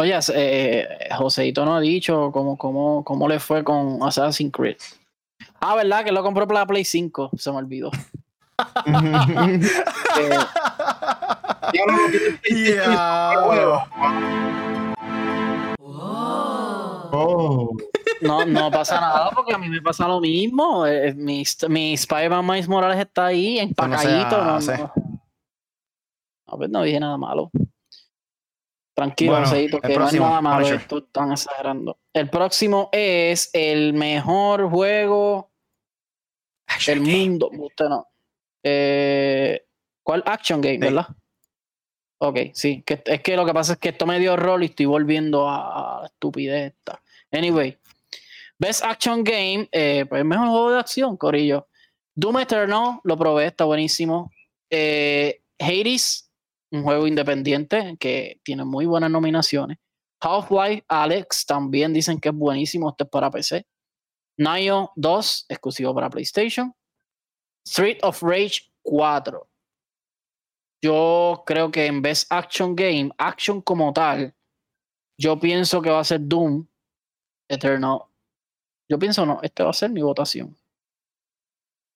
Speaker 2: Oye, eh, Joseito no ha dicho cómo, cómo, cómo le fue con Assassin's Creed. Ah, ¿verdad? Que lo compró para la Play 5. Se
Speaker 1: [LAUGHS]
Speaker 2: me olvidó.
Speaker 3: Creed.
Speaker 2: Eh,
Speaker 1: Diablo.
Speaker 3: [LAUGHS] Oh,
Speaker 2: No, no pasa nada porque a mí me pasa lo mismo. Eh, Mi, mi Spider-Man Miles Morales está ahí,
Speaker 1: no se
Speaker 2: empacadito. No,
Speaker 1: hace.
Speaker 2: no. No, pues no dije nada malo. Tranquilo,
Speaker 1: Bueno,
Speaker 2: Joseito,
Speaker 1: el
Speaker 2: que
Speaker 1: próximo,
Speaker 2: no es nada malo.
Speaker 1: Punisher.
Speaker 2: Esto están exagerando. El próximo es el mejor juego del mundo. Usted no. Eh, ¿Cuál? Action Game,
Speaker 1: Sí.
Speaker 2: ¿verdad? Ok, sí. Que, es que lo que pasa es que esto me dio rol y estoy volviendo a, a la estupidez esta. Anyway. Best Action Game, eh, pues mejor juego de acción, Corillo. Doom Eternal, lo probé, está buenísimo. Eh, Hades, un juego independiente que tiene muy buenas nominaciones. Half-Life Alex también dicen que es buenísimo, este es para PC. Nio 2, exclusivo para PlayStation. Street of Rage 4. Yo creo que en vez Action Game, Action como tal, yo pienso que va a ser Doom Eternal. Yo pienso no, este va a ser mi votación.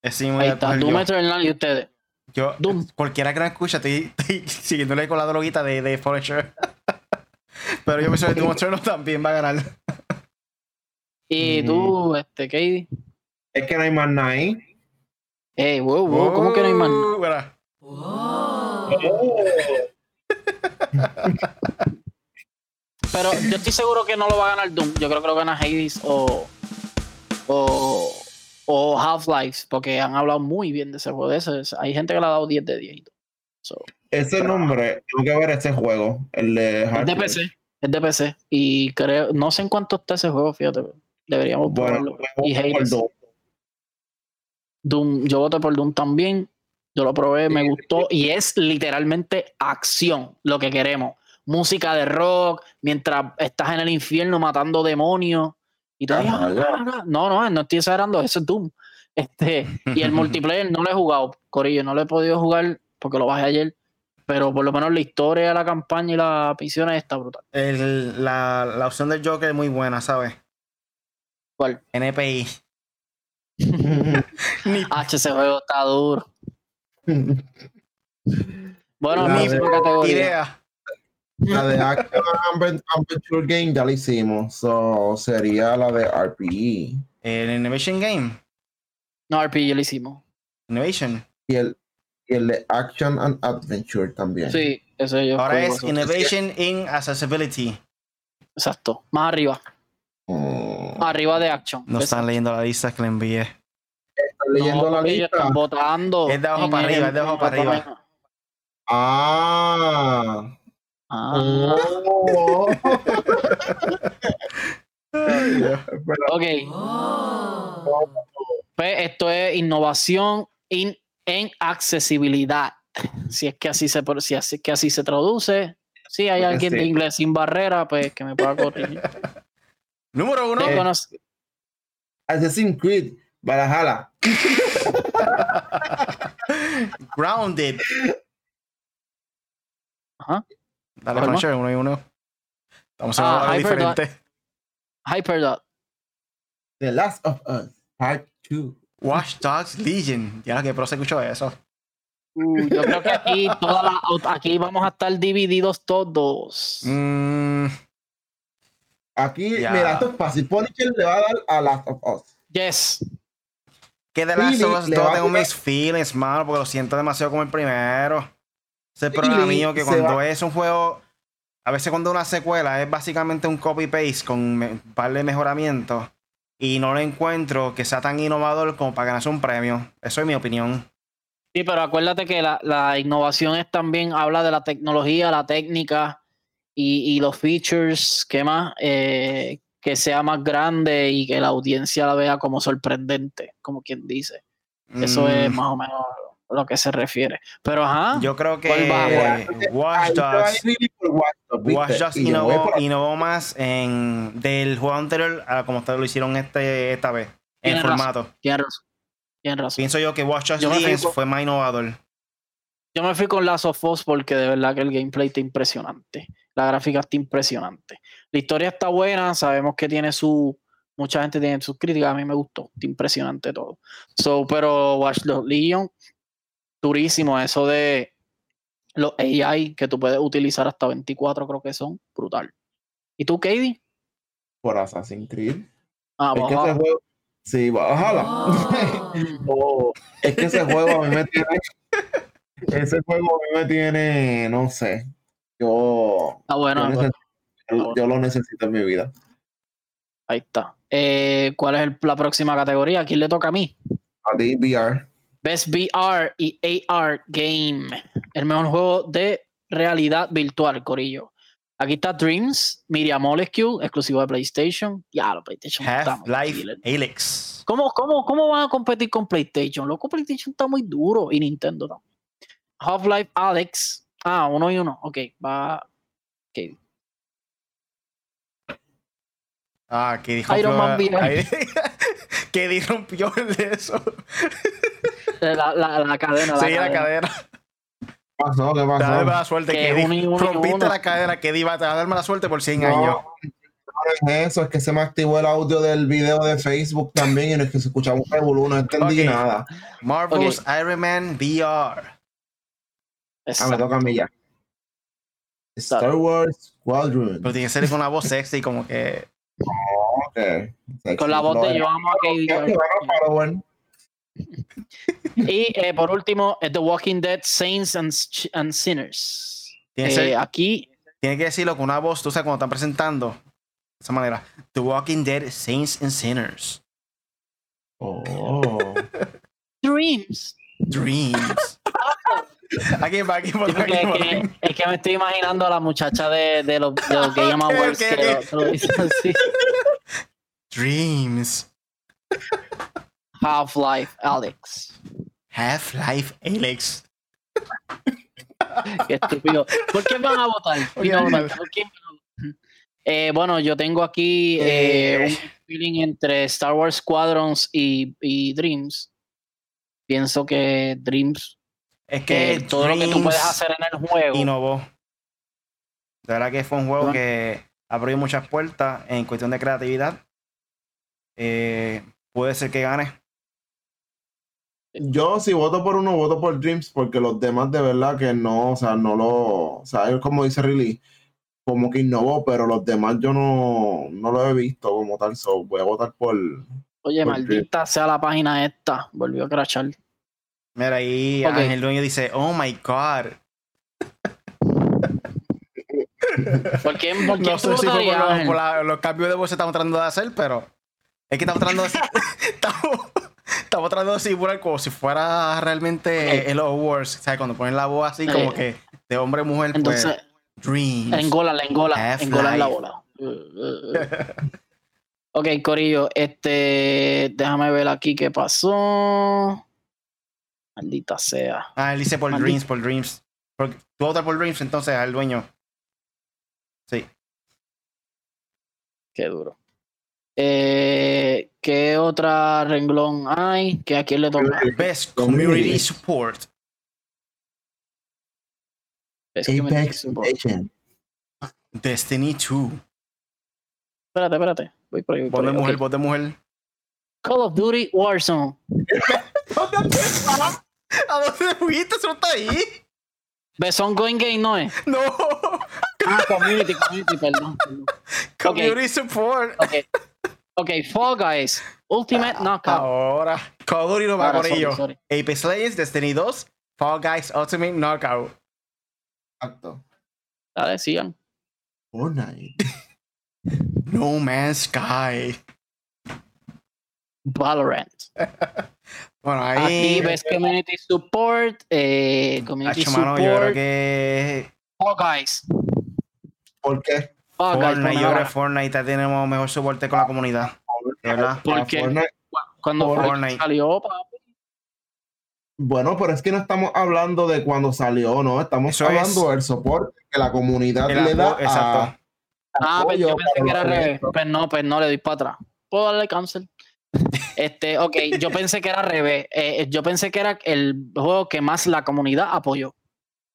Speaker 1: Ese mismo
Speaker 2: Ahí
Speaker 1: voy a
Speaker 2: está,
Speaker 1: coger
Speaker 2: Doom
Speaker 1: yo.
Speaker 2: Eternal y ustedes.
Speaker 1: Yo,
Speaker 2: Doom.
Speaker 1: cualquiera que no escucha, estoy, [LAUGHS] estoy siguiéndole con la droguita de, de Punisher. [LAUGHS] Pero yo pienso que Doom Eternal también va a ganar.
Speaker 2: Y
Speaker 3: Mm.
Speaker 2: tú, este, Katie.
Speaker 3: es que no hay más nada ahí.
Speaker 2: Ey, wow, wow, Uh, ¿cómo que no hay más? nada?
Speaker 1: Uh, verá.
Speaker 2: Oh. Pero yo estoy seguro que no lo va a ganar Doom. Yo creo que lo gana Hades o. o. o Half-Life. Porque han hablado muy bien de ese juego. De ese- Hay gente que le ha dado 10 de 10 y todo. So,
Speaker 3: Ese nombre, tengo que ver ese juego, el de
Speaker 2: es de
Speaker 3: Hardcore.
Speaker 2: PC. Es de PC. Y creo. No sé en cuánto está ese juego, fíjate. pero Deberíamos
Speaker 3: Bueno,
Speaker 2: probarlo. Y
Speaker 3: voy por
Speaker 2: Hades.
Speaker 3: dos.
Speaker 2: Doom. Yo voté por Doom también. Yo lo probé, me gustó. Y es literalmente acción lo que queremos. Música de rock, mientras estás en el infierno matando demonios. Y tú,
Speaker 3: Ah,
Speaker 2: "Ah,
Speaker 3: ya.
Speaker 2: ah, ah". no, no, no estoy exagerando, eso es Doom. Este, y
Speaker 3: [LAUGHS]
Speaker 2: el multiplayer no lo he jugado, Corillo, no lo he podido jugar porque lo bajé ayer. Pero por lo menos la historia, la campaña y las misiones está brutal.
Speaker 1: El- la, la opción del Joker es muy buena, ¿sabes?
Speaker 2: ¿Cuál?
Speaker 1: NPI.
Speaker 2: [LAUGHS]
Speaker 1: Ni,
Speaker 2: Ah, ese juego está duro.
Speaker 3: [LAUGHS]
Speaker 2: Bueno,
Speaker 3: La
Speaker 2: misma
Speaker 3: de-
Speaker 2: categoría.
Speaker 1: idea.
Speaker 3: La de Action Adven- Adventure Game ya la hicimos, so sería la de E. RPG.
Speaker 1: El Innovation Game.
Speaker 2: No, RPG lo hicimos.
Speaker 1: Innovation.
Speaker 3: Y el, y el de Action and Adventure también.
Speaker 2: Sí, eso yo.
Speaker 1: Ahora
Speaker 2: juego
Speaker 1: es
Speaker 2: eso.
Speaker 1: Innovation in Accessibility.
Speaker 2: Exacto. Más arriba.
Speaker 3: Mm.
Speaker 2: Arriba de Action.
Speaker 1: No
Speaker 2: Ves-
Speaker 1: están leyendo la lista que le envié.
Speaker 3: Estás leyendo
Speaker 2: No,
Speaker 3: la
Speaker 2: ellos
Speaker 3: lista.
Speaker 2: Están votando.
Speaker 1: Es de abajo
Speaker 2: en
Speaker 1: para
Speaker 2: el-
Speaker 1: arriba, es de abajo para arriba.
Speaker 3: Ah.
Speaker 2: Ah,
Speaker 3: Oh. [LAUGHS] Pero
Speaker 2: ok. Pues esto es innovación in- en accesibilidad. Si es que así se pro- si así, que así se traduce. Si hay
Speaker 3: Creo que
Speaker 2: alguien de
Speaker 3: Pues sí.
Speaker 2: inglés sin barrera, pues que me
Speaker 1: [LAUGHS]
Speaker 2: pueda corregir.
Speaker 1: Número uno.
Speaker 2: Yo
Speaker 3: Eh.
Speaker 2: conozco-
Speaker 3: Assassin's Creed, Valhalla.
Speaker 2: Eh.
Speaker 1: Grounded.
Speaker 2: Ajá.
Speaker 1: Dale,
Speaker 2: Palma.
Speaker 1: Punisher, uno y uno. Estamos en
Speaker 2: Ah,
Speaker 1: un
Speaker 2: Hyper Dot.
Speaker 1: diferente.
Speaker 2: Hyperdot.
Speaker 3: The Last of Us, Part 2.
Speaker 1: Watch Dogs Legion. Ya que pro se escuchó eso.
Speaker 2: Uh, yo creo que aquí, toda la- aquí vamos a estar divididos todos.
Speaker 1: Mm,
Speaker 3: Aquí,
Speaker 1: Ya.
Speaker 3: mira, esto es fácil. Punisher le va a dar a Last of Us.
Speaker 2: Yes.
Speaker 1: que de las
Speaker 3: Really,
Speaker 1: dos
Speaker 3: le va a
Speaker 1: tengo
Speaker 3: jugar-
Speaker 1: mis feelings, mano, porque lo siento demasiado como el primero. Ese
Speaker 3: Really,
Speaker 1: problema mío que
Speaker 3: se
Speaker 1: cuando
Speaker 3: va-
Speaker 1: es un juego, a veces cuando una secuela es básicamente un copy-paste con me- un par de mejoramientos y no lo encuentro que sea tan innovador como para ganarse un premio. Eso es mi opinión.
Speaker 2: Sí, pero acuérdate que la, la innovación es también, habla de la tecnología, la técnica y, y los features, ¿qué más? Eh, que sea más grande y que la audiencia la vea como sorprendente, como quien dice. Eso
Speaker 1: Mm,
Speaker 2: es más o menos a lo que se refiere. Pero ajá,
Speaker 1: Yo creo que
Speaker 2: ¿Cuál va?
Speaker 1: eh,
Speaker 3: Ahí
Speaker 1: Watch
Speaker 3: te va a
Speaker 1: Dogs,
Speaker 3: ir por Watch Dogs, ¿viste?
Speaker 1: Watch Dogs
Speaker 3: Y yo voy
Speaker 1: innovó,
Speaker 3: por-
Speaker 1: innovó más en, del juego anterior a como ustedes lo hicieron este, esta vez, en
Speaker 2: Tienes razón.
Speaker 1: formato.
Speaker 2: tienes razón. Tienes razón.
Speaker 1: Pienso yo que Watch Dogs
Speaker 2: Yo me
Speaker 1: Legion
Speaker 2: fijo-
Speaker 1: fue más innovador.
Speaker 2: Yo me fui con Last of Us porque de verdad que el gameplay está impresionante. La gráfica está impresionante. La historia está buena, sabemos que tiene su. Mucha gente tiene sus críticas, a mí me gustó, está impresionante todo. So, pero Watch Dogs Legion, durísimo, eso de los AI que tú puedes utilizar hasta 24, creo que son, brutal. ¿Y tú, Katie?
Speaker 3: por Assassin's Creed.
Speaker 2: Ah,
Speaker 3: es que
Speaker 2: wow.
Speaker 3: ese juego. Sí, Valhalla. [LAUGHS] Oh, es que ese juego a mí me tiene. Ese juego a mí me tiene. No sé. Yo.
Speaker 2: [LAUGHS] Ah, bueno, bueno,
Speaker 3: yo, [LAUGHS] necesito- yo- yo lo necesito en mi vida.
Speaker 2: ahí está. Eh, ¿Cuál es el- la próxima categoría? ¿A quién le toca a mí?
Speaker 3: A ti, VR.
Speaker 2: Best VR y AR Game. El mejor juego de realidad virtual, Corillo. Aquí está Dreams, Media Molecule, exclusivo de PlayStation. Ya, lo PlayStation está muy
Speaker 1: Half-Life
Speaker 2: killer.
Speaker 1: Helix.
Speaker 2: ¿Cómo, cómo, ¿Cómo van a competir con PlayStation? Loco, PlayStation está muy duro y Nintendo también. Half-Life Alex. Ah, uno y uno. Ok, va.
Speaker 1: Ah, que dijo
Speaker 2: Iron Man VR.
Speaker 1: [LAUGHS] que di rompió el de eso.
Speaker 2: La, la, la cadena. La
Speaker 1: Sí,
Speaker 2: cadena.
Speaker 1: la cadera.
Speaker 3: ¿Qué pasó? ¿Qué
Speaker 1: Te da
Speaker 3: pasó?
Speaker 1: mala suerte.
Speaker 2: Que
Speaker 1: Que
Speaker 2: uno y uno y
Speaker 1: rompiste
Speaker 2: uno.
Speaker 1: la cadera. Que di, va, te va a dar mala suerte por 100
Speaker 3: No,
Speaker 1: años.
Speaker 3: no es eso, es que se me activó el audio del video de Facebook también y no es que se escuchaba un revolú, no entendí
Speaker 1: Ok.
Speaker 3: nada.
Speaker 1: Marvel's Iron Man VR.
Speaker 3: Ah, me
Speaker 2: Exacto.
Speaker 3: toca a mí ya. Star Wars Squadron.
Speaker 2: Pues,
Speaker 1: Pero tiene que ser con una voz sexy, como que.
Speaker 3: Ok. Sexy
Speaker 2: Con la voz de
Speaker 3: Flores.
Speaker 2: Yo amo a Katie.
Speaker 3: Ya que van a Padawan.
Speaker 2: Y eh, por último, eh, The Walking Dead Saints and, Ch- and Sinners.
Speaker 1: Tiene, que
Speaker 2: Eh,
Speaker 1: ser-
Speaker 2: aquí,
Speaker 1: tiene que decirlo con una voz, tú sabes, cuando están presentando. De esa manera. The Walking Dead Saints and Sinners.
Speaker 3: Oh.
Speaker 2: Dreams. [LAUGHS]
Speaker 1: Dreams. Aquí va, aquí va,
Speaker 2: Sí, porque
Speaker 1: aquí
Speaker 2: es,
Speaker 1: va.
Speaker 2: que, es que me estoy imaginando a la muchacha de, de los, de los
Speaker 1: [LAUGHS]
Speaker 2: Game
Speaker 1: Ok,
Speaker 2: Awards
Speaker 1: ok,
Speaker 2: que, lo-
Speaker 1: ok.
Speaker 2: que lo dice así.
Speaker 1: Dreams.
Speaker 2: Half-Life Alex.
Speaker 1: Half-Life Helix.
Speaker 2: Qué estúpido. ¿Por qué van a votar? Finalmente,
Speaker 1: vamos.
Speaker 2: ¿por quién van a votar? Eh, bueno, yo tengo aquí eh, un feeling entre Star Wars Squadrons y, y Dreams. Pienso que Dreams,
Speaker 1: Es
Speaker 2: que
Speaker 1: que
Speaker 2: todo lo que tú puedes
Speaker 1: Dreams
Speaker 2: hacer en el juego.
Speaker 1: innovó. De verdad que fue un juego
Speaker 2: Bueno.
Speaker 1: que abrió muchas puertas en cuestión de creatividad. Eh, puede ser que gane.
Speaker 3: Yo si voto por uno, voto por Dreams, porque los demás de verdad que no, o sea, no lo, o sea, él como dice Riley, como que innovó, pero los demás yo no, no lo he visto como tal, so voy a votar por...
Speaker 2: Oye,
Speaker 3: Porque-
Speaker 2: maldita sea la página esta. Volvió a crashar.
Speaker 1: Mira, ahí
Speaker 2: Ok.
Speaker 1: Ángel Dueño dice, oh my god.
Speaker 2: ¿Por quién, por
Speaker 1: [LAUGHS]
Speaker 2: quién
Speaker 1: No
Speaker 2: tú
Speaker 1: sé si fue
Speaker 2: votarías,
Speaker 1: por, los-
Speaker 2: Ángel?
Speaker 1: por la- los cambios de voz que estamos tratando de hacer, pero es que estamos tratando
Speaker 2: [LAUGHS]
Speaker 1: de, estamos, estamos tratando de simular como si fuera realmente
Speaker 2: Ok.
Speaker 1: el Awards. O sea, cuando ponen la voz así como
Speaker 2: Eh,
Speaker 1: que de hombre a mujer, pues,
Speaker 2: Entonces,
Speaker 1: Dreams.
Speaker 2: engola, la engola,
Speaker 1: Half-Life.
Speaker 2: engola en la bola. [LAUGHS] Uh, uh, uh. ok, Corillo, este, déjame ver aquí qué pasó. Maldita sea.
Speaker 1: Ah, él dice por
Speaker 2: Maldito.
Speaker 1: Dreams, por Dreams. Porque tú votas por Dreams, entonces al dueño. Sí.
Speaker 2: Qué duro. Eh, ¿Qué otra renglón hay? ¿Que ¿A quién le toca?
Speaker 1: Best
Speaker 3: Community.
Speaker 1: Community Support.
Speaker 2: Es que me-
Speaker 3: Apex
Speaker 2: Espérate,
Speaker 3: Legends.
Speaker 1: Destiny 2.
Speaker 2: espérate. Voy por ahí, voy por
Speaker 1: Voz de
Speaker 2: ahí,
Speaker 1: mujer,
Speaker 2: ok.
Speaker 1: voz de
Speaker 2: [LAUGHS]
Speaker 1: mujer.
Speaker 2: Call of Duty Warzone.
Speaker 1: ¿A dónde fuiste? ¿Eso no está ahí?
Speaker 2: Best Ongoing Game no
Speaker 1: [LAUGHS]
Speaker 2: es.
Speaker 1: No.
Speaker 2: Ah, community, community, perdón. perdón.
Speaker 1: Community Support.
Speaker 2: Ok. Ok, Fall Guys. Ultimate Knockout.
Speaker 1: Ahora. Call of Duty no Ah, va
Speaker 2: Ah. Ahora,
Speaker 1: por
Speaker 2: sorry,
Speaker 1: ello.
Speaker 2: sorry.
Speaker 1: Apex Legends, Destiny 2, Fall Guys Ultimate Knockout.
Speaker 3: Exacto.
Speaker 2: Dale, sigan.
Speaker 3: Fortnite.
Speaker 1: No Man's Sky.
Speaker 2: Valorant.
Speaker 1: Bueno, ahí.
Speaker 2: Aquí ves Community Support, eh, Community
Speaker 1: Hacho, mano,
Speaker 2: Support,
Speaker 1: yo creo que.
Speaker 2: Fall Guys.
Speaker 3: ¿Por qué?
Speaker 2: Fall Guys,
Speaker 1: Fortnite,
Speaker 2: ponen
Speaker 1: yo creo
Speaker 2: ahora.
Speaker 1: que Fortnite tenemos mejor soporte con la comunidad. De verdad.
Speaker 2: ¿Por
Speaker 3: Para
Speaker 2: qué?
Speaker 3: Fortnite-
Speaker 2: Cuando
Speaker 1: Fortnite.
Speaker 2: Fortnite salió, papi,
Speaker 3: Bueno, pero es que no estamos hablando de cuando salió, no, estamos
Speaker 1: Eso
Speaker 3: hablando
Speaker 1: es.
Speaker 3: del soporte que la comunidad
Speaker 1: El
Speaker 3: le da.
Speaker 1: apo- exacto.
Speaker 2: Ah, pues
Speaker 3: apoyo
Speaker 2: yo pensé
Speaker 3: para
Speaker 2: que era al
Speaker 3: los
Speaker 2: revés.
Speaker 3: eventos.
Speaker 2: Pues no, pues no, le doy para atrás. Puedo
Speaker 1: [LAUGHS]
Speaker 2: darle cancel. Este, ok, yo pensé que era al revés. Eh, eh, yo pensé que era el juego que más la comunidad apoyó.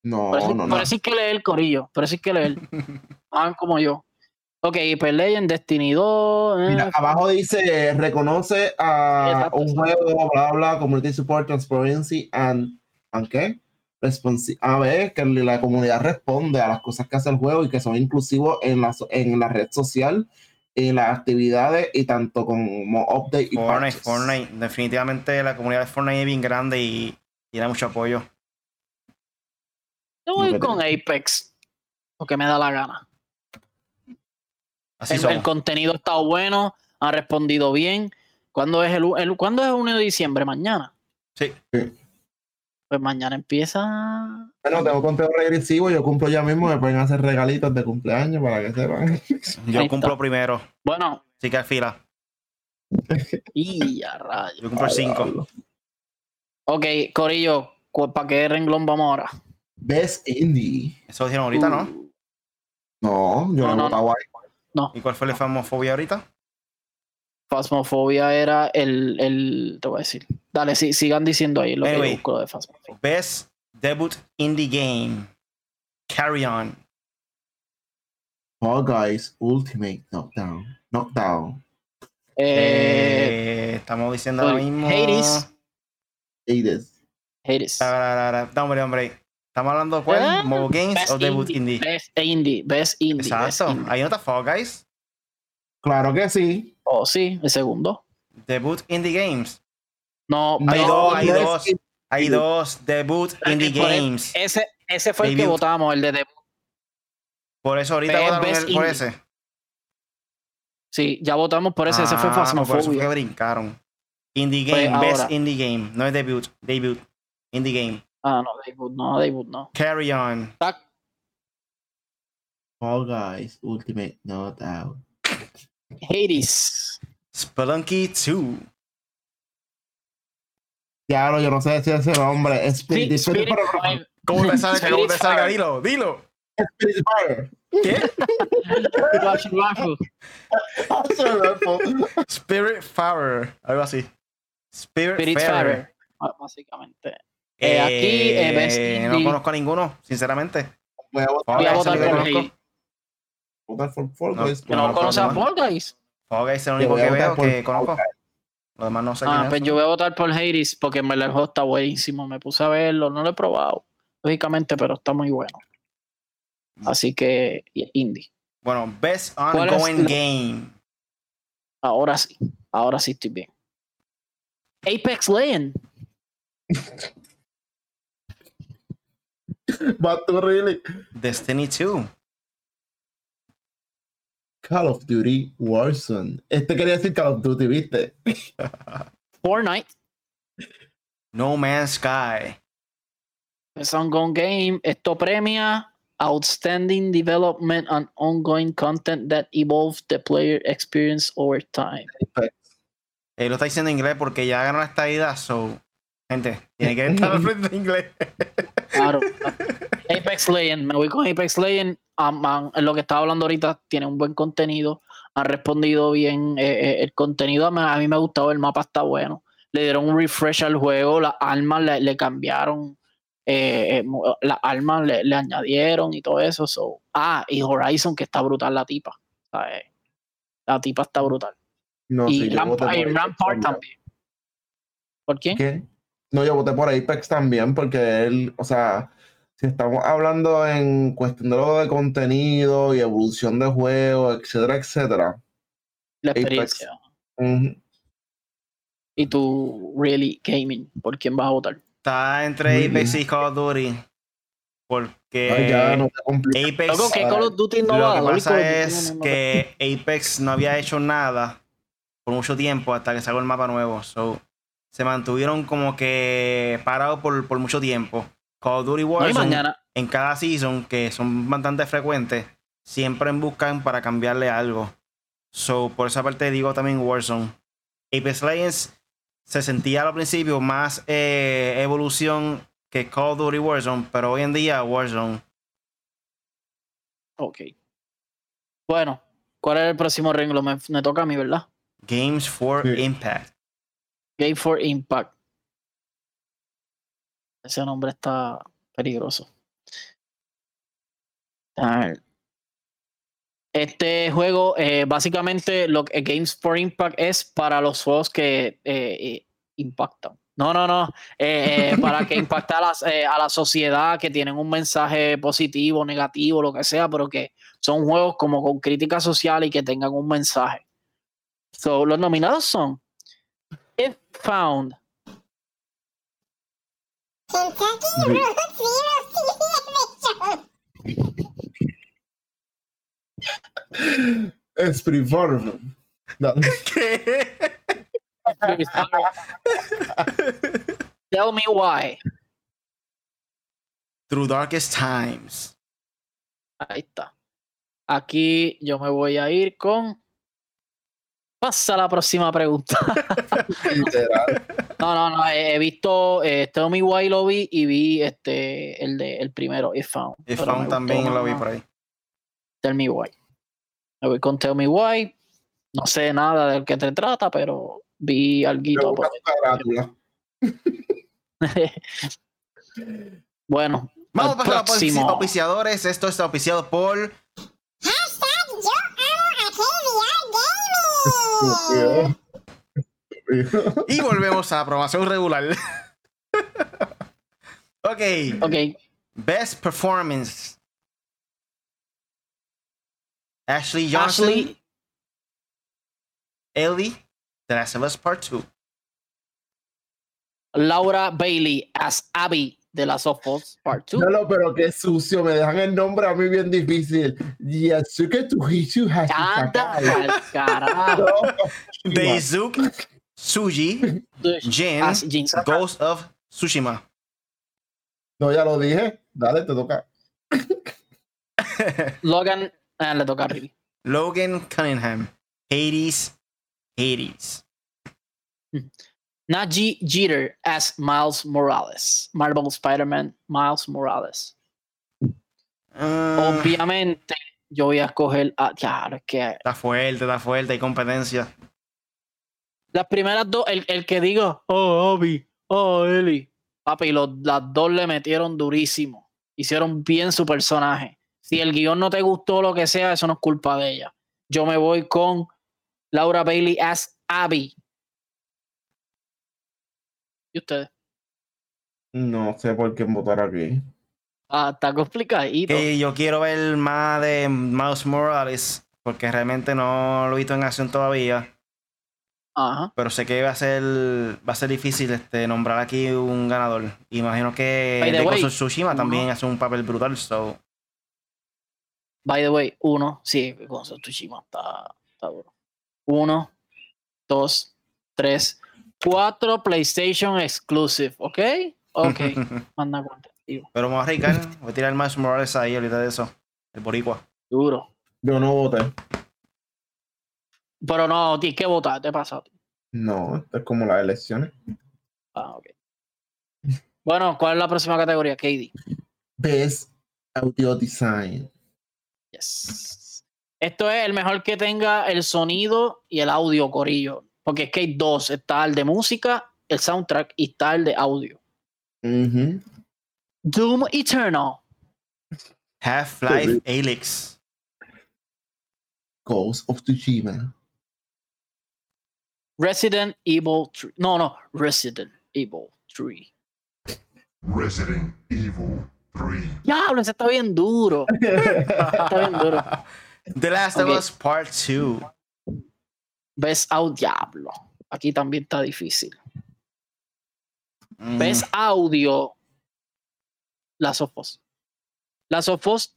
Speaker 3: No,
Speaker 1: Oh,
Speaker 2: Por, eso,
Speaker 3: no,
Speaker 2: por
Speaker 3: no.
Speaker 2: eso es que leer el corillo. Por eso es que leer.
Speaker 1: [LAUGHS]
Speaker 2: Hagan como yo. Ok, Hyper Legend, Destiny 2. eh,
Speaker 3: Mira, abajo dice, reconoce a
Speaker 2: Exacto,
Speaker 3: un
Speaker 2: exacto.
Speaker 3: juego, bla, bla, bla, community support, transparency, and, and ¿qué? Responsi- a ver, que la comunidad responde a las cosas que hace el juego y que son inclusivos en la, so- en la red social, en las actividades y tanto como update y
Speaker 1: Fortnite,
Speaker 3: patches.
Speaker 1: Fortnite. Definitivamente la comunidad de Fortnite es bien grande y tiene mucho apoyo.
Speaker 2: yo voy con Apex. Porque me da la gana.
Speaker 1: Así
Speaker 2: El, el
Speaker 1: somos.
Speaker 2: contenido ha estado bueno. Han respondido bien. ¿Cuándo es el, u- el- ¿cuándo es el 1 de diciembre? Mañana.
Speaker 1: Sí.
Speaker 2: Pues mañana empieza
Speaker 3: Bueno, tengo conteo regresivo, yo cumplo ya mismo, me pueden hacer regalitos de cumpleaños para que sepan.
Speaker 1: Yo
Speaker 2: Ahí
Speaker 1: cumplo
Speaker 2: está.
Speaker 1: primero.
Speaker 2: Bueno,
Speaker 1: Así que al fila.
Speaker 2: y a rayo.
Speaker 1: Yo cumplo el 5.
Speaker 2: Ok, Corillo, ¿para qué renglón vamos ahora?
Speaker 3: Best Indie.
Speaker 1: Eso dijeron ahorita,
Speaker 2: Uh.
Speaker 1: ¿no?
Speaker 3: No, yo
Speaker 2: No, no,
Speaker 3: no, no, no.
Speaker 1: ¿Y cuál fue la famofobia ahorita?
Speaker 2: Fasmofobia era el, el. Te voy a decir. Dale, sí, sigan diciendo ahí lo que yo
Speaker 1: Anyway.
Speaker 2: busco de Fasmofobia.
Speaker 1: Best debut indie game. Carry on.
Speaker 3: Fall Guys Ultimate Knockdown. Knockdown.
Speaker 2: Eh,
Speaker 1: Eh, estamos diciendo ahora
Speaker 2: sorry,
Speaker 1: mismo.
Speaker 2: Hades.
Speaker 3: Hades.
Speaker 2: Hades.
Speaker 1: La, la, la, la. No, hombre, hombre. Estamos hablando de cuál?
Speaker 2: Ah,
Speaker 1: Mobile Games
Speaker 2: Best
Speaker 1: o debut indie.
Speaker 2: Best indie. Best indie. best
Speaker 1: Exacto.
Speaker 2: indie.
Speaker 1: Ahí no está Fall Guys.
Speaker 3: Claro que sí.
Speaker 2: Oh, sí, el segundo.
Speaker 1: Debut indie games.
Speaker 2: No,
Speaker 1: Oh, Hay
Speaker 2: no,
Speaker 1: dos, hay
Speaker 3: no es
Speaker 1: dos. Hay
Speaker 3: Sí.
Speaker 1: dos debut indie
Speaker 2: por el-
Speaker 1: games.
Speaker 2: Ese, ese fue el que
Speaker 1: Debut.
Speaker 2: votamos, el de debut.
Speaker 1: Por eso ahorita
Speaker 2: Best-
Speaker 1: votaron
Speaker 2: Best
Speaker 1: el- por
Speaker 2: Indie.
Speaker 1: ese.
Speaker 2: Sí, ya votamos por ese. ese fue
Speaker 1: Ah, Por eso fue
Speaker 2: Fasmofobia.
Speaker 1: que brincaron. Indie
Speaker 2: Pues
Speaker 1: game, best
Speaker 2: ahora.
Speaker 1: indie game. No es debut, debut. Indie game.
Speaker 2: Ah, no, debut, no, debut, no.
Speaker 1: Carry on.
Speaker 2: Tac,
Speaker 3: Fall Oh, Guys Ultimate Knockdown.
Speaker 2: Hades.
Speaker 1: Spelunky 2.
Speaker 3: Claro, yo no sé si ese nombre es
Speaker 2: Sí,
Speaker 3: Spirit, Spirit,
Speaker 2: Spirit
Speaker 3: Fire,
Speaker 2: Fire.
Speaker 1: ¿Cómo te sale?
Speaker 2: Spirit
Speaker 1: ¿Cómo te salga?
Speaker 2: Fire.
Speaker 1: Dilo, dilo.
Speaker 3: Spirit Fire.
Speaker 1: ¿Qué?
Speaker 2: Rush Raffle.
Speaker 3: Hace rato.
Speaker 1: Spirit Fire. Algo así. Spirit,
Speaker 2: Spirit
Speaker 1: Fire.
Speaker 2: Fire, ba- Ah, básicamente. Eh, aquí, eh, Best
Speaker 1: no
Speaker 2: Indie.
Speaker 1: conozco a ninguno, sinceramente.
Speaker 3: Voy a votar,
Speaker 2: Voy a
Speaker 1: Fall Guys,
Speaker 2: votar
Speaker 1: yo no
Speaker 2: por
Speaker 1: conozco.
Speaker 2: Hades.
Speaker 3: voy a votar por Fall
Speaker 1: No,
Speaker 3: Guys.
Speaker 1: yo
Speaker 2: Que no
Speaker 1: no,
Speaker 2: conoce a
Speaker 1: no.
Speaker 2: Fall Guys.
Speaker 1: Fall Guys es el
Speaker 3: Yo
Speaker 1: único
Speaker 3: voy a
Speaker 1: que
Speaker 3: votar
Speaker 1: veo
Speaker 3: por
Speaker 1: que
Speaker 3: Fall
Speaker 1: conozco. Los demás no sé
Speaker 2: Ah,
Speaker 1: quién
Speaker 2: pues
Speaker 1: es.
Speaker 2: yo voy a votar por Hades porque me el juego está buenísimo. Me puse a verlo, no lo he probado, lógicamente, pero está muy bueno. Así que, y- indie.
Speaker 1: Bueno, Best
Speaker 2: ¿Cuál es
Speaker 1: Ongoing
Speaker 2: la-
Speaker 1: Game.
Speaker 2: Ahora sí, ahora sí estoy bien. Apex Legend.
Speaker 3: But to really.
Speaker 1: Destiny 2.
Speaker 3: Call of Duty Warzone. Este quería decir Call of Duty, ¿viste?
Speaker 2: Fortnite.
Speaker 1: No Man's Sky.
Speaker 2: Es ongoing game. Esto premia Outstanding Development and Ongoing Content that Evolves the Player Experience Over Time.
Speaker 1: Eh, lo está diciendo en inglés porque ya ganó esta ida, so. Gente, tiene que estar
Speaker 3: [LAUGHS]
Speaker 1: al frente en inglés.
Speaker 2: Claro. Apex Legends, me voy con Apex Legends. Am- am- lo que estaba hablando ahorita tiene un buen contenido. Han respondido bien eh, eh, el contenido. A mí, a mí me ha gustado, el mapa está bueno. Le dieron un refresh al juego, las armas le, le cambiaron. eh, eh, mu- las armas le, le añadieron y todo eso. so. Ah, y Horizon, que está brutal la tipa. ¿sabes? La tipa está brutal.
Speaker 3: No,
Speaker 2: y
Speaker 3: sí, yo
Speaker 2: Rampa-
Speaker 3: voté por
Speaker 2: y
Speaker 3: Apex
Speaker 2: Rampart
Speaker 3: también.
Speaker 2: también. ¿Por quién?
Speaker 3: ¿Qué? No, yo voté por Apex también, porque él, o sea, si estamos hablando en cuestión de lo de contenido y evolución de juego, etcétera, etcétera. mm,
Speaker 2: La
Speaker 3: Apex.
Speaker 2: experiencia.
Speaker 3: ujú,
Speaker 2: Y tu Really Gaming. ¿Por quién vas a votar?
Speaker 1: Está entre
Speaker 3: Muy
Speaker 1: Apex y Call of Duty.
Speaker 3: ay, ya no
Speaker 1: Porque
Speaker 3: te
Speaker 1: [LAUGHS]
Speaker 3: complica.
Speaker 1: Apex.
Speaker 2: Loco, que
Speaker 3: Ahora,
Speaker 2: Call of Duty no
Speaker 1: Lo
Speaker 2: va
Speaker 1: que
Speaker 2: Call of
Speaker 1: pasa
Speaker 2: Duty
Speaker 1: es
Speaker 2: no- no-
Speaker 1: que Apex no había hecho nada por mucho tiempo hasta que sacó el mapa nuevo. So, se mantuvieron como que parados por, por mucho tiempo. Call of Duty
Speaker 2: No, y
Speaker 1: Warzone,
Speaker 2: mañana,
Speaker 1: en cada season, que son bastante frecuentes, siempre buscan para cambiarle algo. So, por esa parte digo también Warzone. Apex Legends se sentía al principio más eh, evolución que Call of Duty Warzone, pero hoy en día Warzone.
Speaker 2: ok. Bueno, ¿cuál es el próximo renglón? Me, me toca a mí, ¿verdad?
Speaker 1: Games for
Speaker 3: Sí.
Speaker 2: [LAUGHS]
Speaker 1: Impact.
Speaker 2: Game for Impact. Ese nombre está peligroso. A ver. Este juego, eh, básicamente, lo que eh, Games for Impact es para los juegos que eh, eh, impactan. No, no, no. eh, eh, para que impacta a, las, eh, a la sociedad, que tienen un mensaje positivo, negativo, lo que sea, pero que son juegos como con crítica social y que tengan un mensaje. So, los nominados son It found.
Speaker 4: Kentucky
Speaker 3: Re-
Speaker 4: Road Zero Zero.
Speaker 3: [LAUGHS] Es privado. No.
Speaker 2: [LAUGHS] Tell me why.
Speaker 1: Through Darkest Times.
Speaker 2: Ahí está. Aquí yo me voy a ir con. Pasa la próxima pregunta. [LAUGHS]
Speaker 3: Literal.
Speaker 2: No, no, no. He, he visto eh, Tell Me Why lo vi y vi este el de el primero, It Found.
Speaker 1: Y
Speaker 2: pero me
Speaker 1: Found
Speaker 2: gustó
Speaker 1: también lo vi
Speaker 2: más
Speaker 1: por ahí.
Speaker 2: Tell Me Why. Me voy con Tell Me Why. No sé nada del que te trata, pero vi algo.
Speaker 3: Pregunta carátula.
Speaker 2: pues. [LAUGHS] bueno,
Speaker 1: Vamos a
Speaker 2: Al
Speaker 1: pasar a los
Speaker 2: próximo.
Speaker 1: auspiciadores. Esto está auspiciado por
Speaker 4: Hashtag yo amo a KVR Gaming.
Speaker 3: Estúpido. Estúpido.
Speaker 1: Y volvemos a aprobación regular. [LAUGHS] ok.
Speaker 2: ok.
Speaker 1: Best performance. Ashley Johnson.
Speaker 2: Ashley,
Speaker 1: Ellie. The Last of Us Part 2.
Speaker 2: Laura Bailey as Abby de Last of Us Part 2.
Speaker 3: No, no, pero qué sucio, me dejan el nombre a mí bien difícil. Yasuke Tuhichu
Speaker 2: Anda
Speaker 3: Hashisakai.
Speaker 2: al carajo.
Speaker 3: No,
Speaker 1: Daisuke. Suji. Jin.
Speaker 2: As Jin Sakai.
Speaker 1: Ghost of Tsushima. [LAUGHS]
Speaker 3: No, ya lo dije. Dale, te toca.
Speaker 2: Logan, ah, le toca a Ricky.
Speaker 1: Logan Cunningham. Hades. Hades.
Speaker 2: Najee Jeter as Miles Morales. Marvel Spider-Man Miles Morales.
Speaker 1: Ah,
Speaker 2: Obviamente, yo voy a escoger a. Claro, es que
Speaker 1: está fuerte, está fuerte. Hay competencia.
Speaker 2: las primeras dos, el, el que diga, oh, Abby, oh, Ellie. Papi, los, las dos le metieron durísimo. Hicieron bien su personaje. Si el guión no te gustó, lo que sea, eso no es culpa de ella. Yo me voy con Laura Bailey as Abby. ¿Y ustedes?
Speaker 3: No sé por quién votar aquí.
Speaker 2: Ah, está complicadito.
Speaker 1: Que yo quiero ver más de Miles Morales. Porque realmente no lo he visto en acción todavía.
Speaker 2: Ajá.
Speaker 1: pero sé que va a ser va a ser difícil este nombrar aquí un ganador. Imagino que
Speaker 2: By the
Speaker 1: de
Speaker 2: way,
Speaker 1: Ghost of Tsushima también hace un papel brutal, so
Speaker 2: By the way, uno, sí, con su Tsushima está, está duro. Uno, dos, tres, cuatro PlayStation exclusive, ¿ok? Ok, manda contestivo.
Speaker 1: [LAUGHS] pero me voy a arriesgar, voy a tirar más Morales ahí ahorita de eso, el boricua.
Speaker 2: Duro.
Speaker 3: Yo no voté.
Speaker 2: Pero no, tienes que votar, te pasa.
Speaker 3: No, esto es como las elecciones.
Speaker 2: Ah, ok. Bueno, ¿cuál es la próxima categoría? KD.
Speaker 3: Best Audio Design.
Speaker 2: Yes. Esto es el mejor que tenga el sonido y el audio, Corillo. Porque es que hay dos: está el de música, el soundtrack y está el de audio.
Speaker 3: Ujú.
Speaker 2: Doom Eternal.
Speaker 1: Half-Life Alyx,
Speaker 3: Ghost
Speaker 2: [LAUGHS]
Speaker 3: of Tsushima.
Speaker 2: Resident Evil 3. No, no, Resident Evil 3.
Speaker 5: Resident Evil 3.
Speaker 2: Diablo, ese está bien duro. Está bien duro.
Speaker 1: [LAUGHS] The Last
Speaker 2: Ok.
Speaker 1: of Us Part 2,
Speaker 2: Ves out, diablo. Aquí también está difícil.
Speaker 1: Mm,
Speaker 2: Ves audio. Las of Us. Las of Us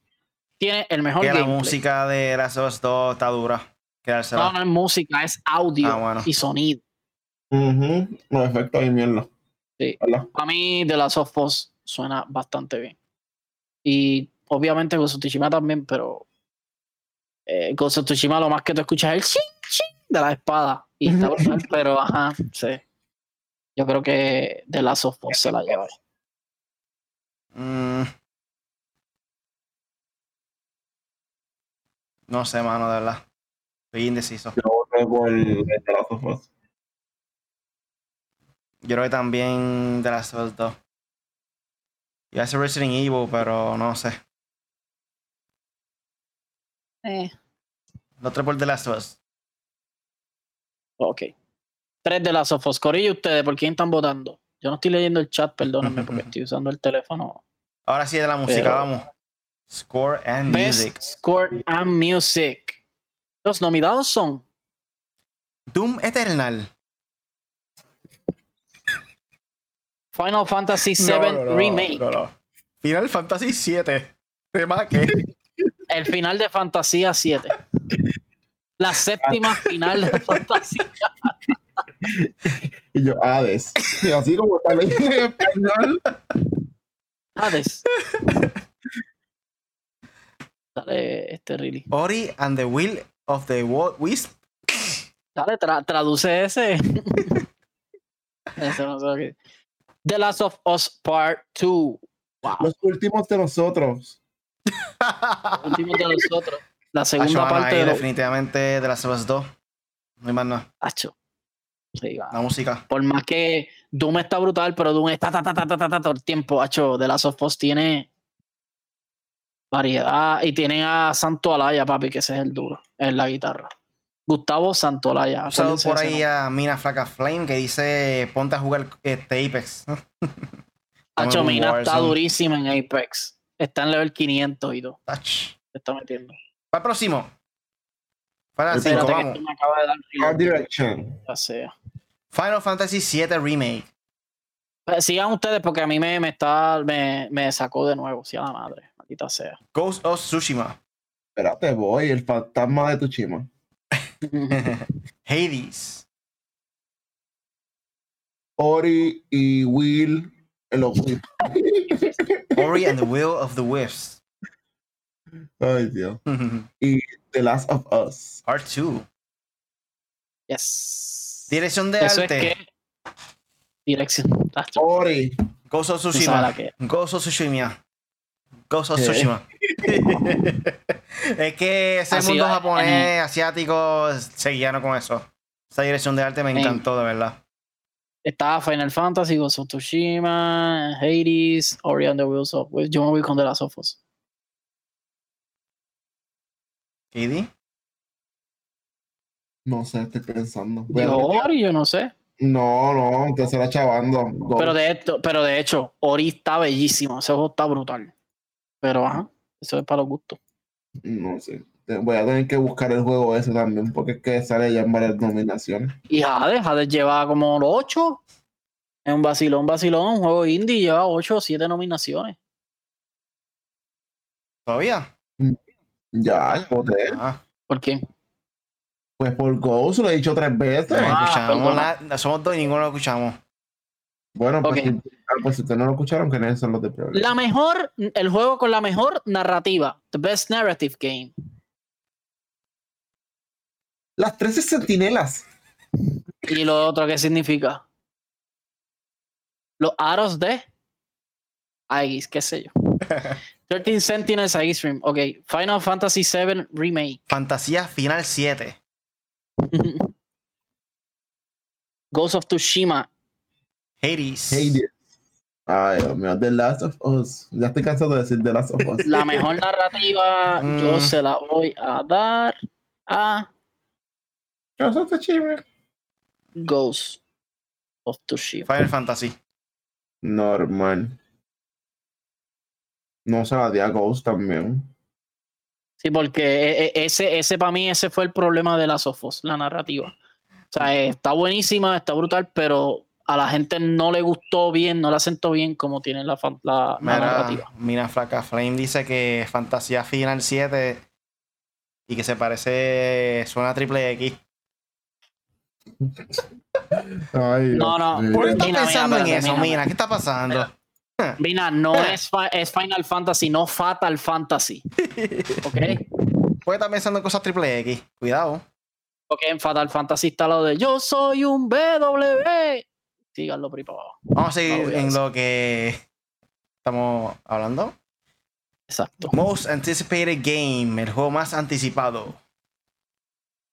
Speaker 2: tiene el mejor
Speaker 1: que la
Speaker 2: gameplay.
Speaker 1: música de Last of Us 2 está dura. quedársela.
Speaker 2: No, no es música, es audio
Speaker 1: Ah, bueno.
Speaker 2: y sonido.
Speaker 3: Ujú, los efectos y mierda.
Speaker 2: Sí.
Speaker 3: Hola.
Speaker 2: Para mí, The Last of Us suena bastante bien. Y obviamente Ghost of Tsushima también, pero eh, Ghost of Tsushima lo más que tú escuchas es el ching, ching de la espada. Y está brutal, pero ajá, sí. Yo creo que The Last of Us se la lleva.
Speaker 1: Mm. No sé, mano, de verdad. Estoy indeciso.
Speaker 3: Yo voté por el de Last of Us.
Speaker 1: Yo creo que también de las 2. Iba a ser Resident Evil, pero no sé.
Speaker 2: Eh,
Speaker 1: Lo otro por The Last of Us.
Speaker 2: ok. Tres de Last of Us. Corillo, ustedes, ¿por quién están votando? Yo no estoy leyendo el chat, perdónenme, porque estoy usando el teléfono.
Speaker 1: Ahora sí de la música,
Speaker 2: Pero-
Speaker 1: vamos. Score and
Speaker 2: Best
Speaker 1: Music.
Speaker 2: Score and Music. Los nominados son
Speaker 1: Doom Eternal.
Speaker 2: Final Fantasy VII Remake,
Speaker 1: Final Fantasy 7. Tema que.
Speaker 2: el final de Fantasía 7. La
Speaker 1: Ah.
Speaker 2: séptima final de Fantasía.
Speaker 3: Y yo, Hades. Y así como está leyendo en [LAUGHS] español.
Speaker 2: Hades. Dale, este Riley.
Speaker 1: [LAUGHS] Ori and the Will of the Wa- Wisp.
Speaker 2: Dale, tra- traduce ese. Ese no sé lo que- The Last of Us Part 2. Wow.
Speaker 3: Los últimos de nosotros.
Speaker 2: Último de nosotros. La
Speaker 1: Acho,
Speaker 2: segunda
Speaker 1: mano,
Speaker 2: parte
Speaker 1: ahí
Speaker 2: de los.
Speaker 1: definitivamente de las Us 2. No hay más nada.
Speaker 2: Acho. Sí, va.
Speaker 1: La música.
Speaker 2: por más que Doom está brutal, pero Doom está ta, ta, ta, ta, ta, ta, todo el tiempo. Hacho, The Last of Us tiene variedad y tiene a Santo Alaya, papi, que ese es el duro en la guitarra. Gustavo Santo Alaya.
Speaker 1: Un saludo por ahí a Mina Flaca Flame que dice: Ponte a jugar este Apex. [LAUGHS]
Speaker 2: Hacho,
Speaker 1: También
Speaker 2: Mina está
Speaker 1: Warzone.
Speaker 2: durísima en Apex. Está en level 500 y todo.
Speaker 1: Touch.
Speaker 2: Se está metiendo.
Speaker 1: Para el próximo. Para el
Speaker 3: Cinco,
Speaker 1: 5,
Speaker 2: Espérate
Speaker 1: vamos.
Speaker 2: que
Speaker 1: Ah,
Speaker 2: esto me acaba de dar
Speaker 3: Art
Speaker 2: reload,
Speaker 3: Direction.
Speaker 2: ya sea.
Speaker 1: Final Fantasy 7 Remake.
Speaker 2: Pero Eh, Sigan ustedes porque a mí me, me está me, me sacó de nuevo, si a la madre,
Speaker 1: [LAUGHS]
Speaker 2: maldita sea.
Speaker 1: Ghost of Tsushima. [LAUGHS]
Speaker 3: Espérate, voy. El fantasma de Tushima.
Speaker 1: Hades.
Speaker 3: Ori y Will. El Will.
Speaker 1: Ori and the Will of the Wisps. [LAUGHS]
Speaker 3: Ay, Dios.
Speaker 1: Part
Speaker 3: The Last of Us.
Speaker 1: 2.
Speaker 2: Yes.
Speaker 1: Dirección de
Speaker 2: Eso es
Speaker 1: arte.
Speaker 2: que. Dirección. Astro,
Speaker 3: Ori.
Speaker 1: Ghost of
Speaker 2: tú sabes
Speaker 1: Tsushima.
Speaker 2: la que es.
Speaker 1: Ghost of Tsushima. Ghost of
Speaker 3: ¿Qué?
Speaker 2: [LAUGHS]
Speaker 1: Tsushima. es que ese
Speaker 2: Así
Speaker 1: mundo
Speaker 2: va,
Speaker 1: japonés, asiático, se guiaron con eso. Esa dirección de arte me
Speaker 2: Ey.
Speaker 1: encantó, de verdad.
Speaker 2: Estaba Final Fantasy, Ghost of Tsushima, Hades, Ori and the Wheels of Wisdom. Yo me voy con The Last of Us.
Speaker 1: KD.
Speaker 3: No sé, estoy pensando.
Speaker 2: Digo,
Speaker 3: Pero-
Speaker 2: Ori, yo no sé.
Speaker 3: No, no, usted se la chavando. Go.
Speaker 2: Pero de, esto, pero de hecho, Ori está bellísimo. Ese juego está brutal. Pero ajá, eso es para los gustos.
Speaker 3: No sé. Te- Voy a tener que buscar el juego ese también, porque es que sale ya en varias nominaciones.
Speaker 2: Y Hades, Hades lleva como 8. Es un vacilón, vacilón. Un juego indie lleva 8 o 7 nominaciones.
Speaker 1: ¿Todavía?
Speaker 3: Ya, voté.
Speaker 1: Ah.
Speaker 2: ¿Por quién?
Speaker 3: Pues por Ghost lo he dicho tres veces.
Speaker 1: No
Speaker 2: Ah,
Speaker 1: pues escuchamos
Speaker 2: perdona.
Speaker 1: nada. somos dos y ninguno lo escuchamos.
Speaker 3: Bueno, pues,
Speaker 2: Ok.
Speaker 3: si, ah, pues si ustedes no lo escucharon, que no son los de problema.
Speaker 2: La mejor, el juego con la mejor narrativa. The best narrative game.
Speaker 3: Las 13 sentinelas.
Speaker 2: ¿Y lo otro qué significa? Los aros de Aegis, qué sé yo. 13 Sentinels Aegis Rim. Ok, Final Fantasy VII Remake. [LAUGHS]
Speaker 1: Fantasía Final 7.
Speaker 2: Ghost of Tsushima.
Speaker 1: Hades.
Speaker 3: Hey, Dios. Ay, Dios mío, The Last of Us. Ya estoy cansado de decir The Last of
Speaker 2: [LAUGHS]
Speaker 3: Us.
Speaker 2: La mejor narrativa yo
Speaker 1: Mm.
Speaker 2: se la voy a dar a
Speaker 3: Ghost of Tsushima.
Speaker 2: Ghost of Tsushima.
Speaker 1: Final Fantasy.
Speaker 3: Normal. No se la di a Ghost también.
Speaker 2: Sí, porque e- e- ese, ese para mí, ese fue el problema de la Sofos, la narrativa. O sea, eh, está buenísima, está brutal, pero a la gente no le gustó bien, no la sentó bien como tiene la, fan- la- la
Speaker 1: Mira,
Speaker 2: narrativa.
Speaker 1: mira, Flaca Flame dice que Fantasía Final 7 y que se parece, suena a triple X.
Speaker 3: Ay, Dios
Speaker 2: No, no.
Speaker 3: mío.
Speaker 1: ¿Por qué estás
Speaker 2: Mira, mira,
Speaker 1: pensando en
Speaker 2: espérate,
Speaker 1: eso,
Speaker 2: mira.
Speaker 1: mira? ¿Qué está pasando? [LAUGHS]
Speaker 2: Vina, no es, fa- es Final Fantasy, no Fatal Fantasy. ¿Ok?
Speaker 1: Puede estar pensando en cosas triple X. Cuidado.
Speaker 2: Porque en Fatal Fantasy está lo de Yo soy un BW. Síganlo por ahí para abajo.
Speaker 1: Vamos a
Speaker 2: No,
Speaker 1: seguir
Speaker 2: ya
Speaker 1: en
Speaker 2: sé.
Speaker 1: lo que estamos hablando.
Speaker 2: Exacto.
Speaker 1: Most Anticipated Game, el juego más anticipado.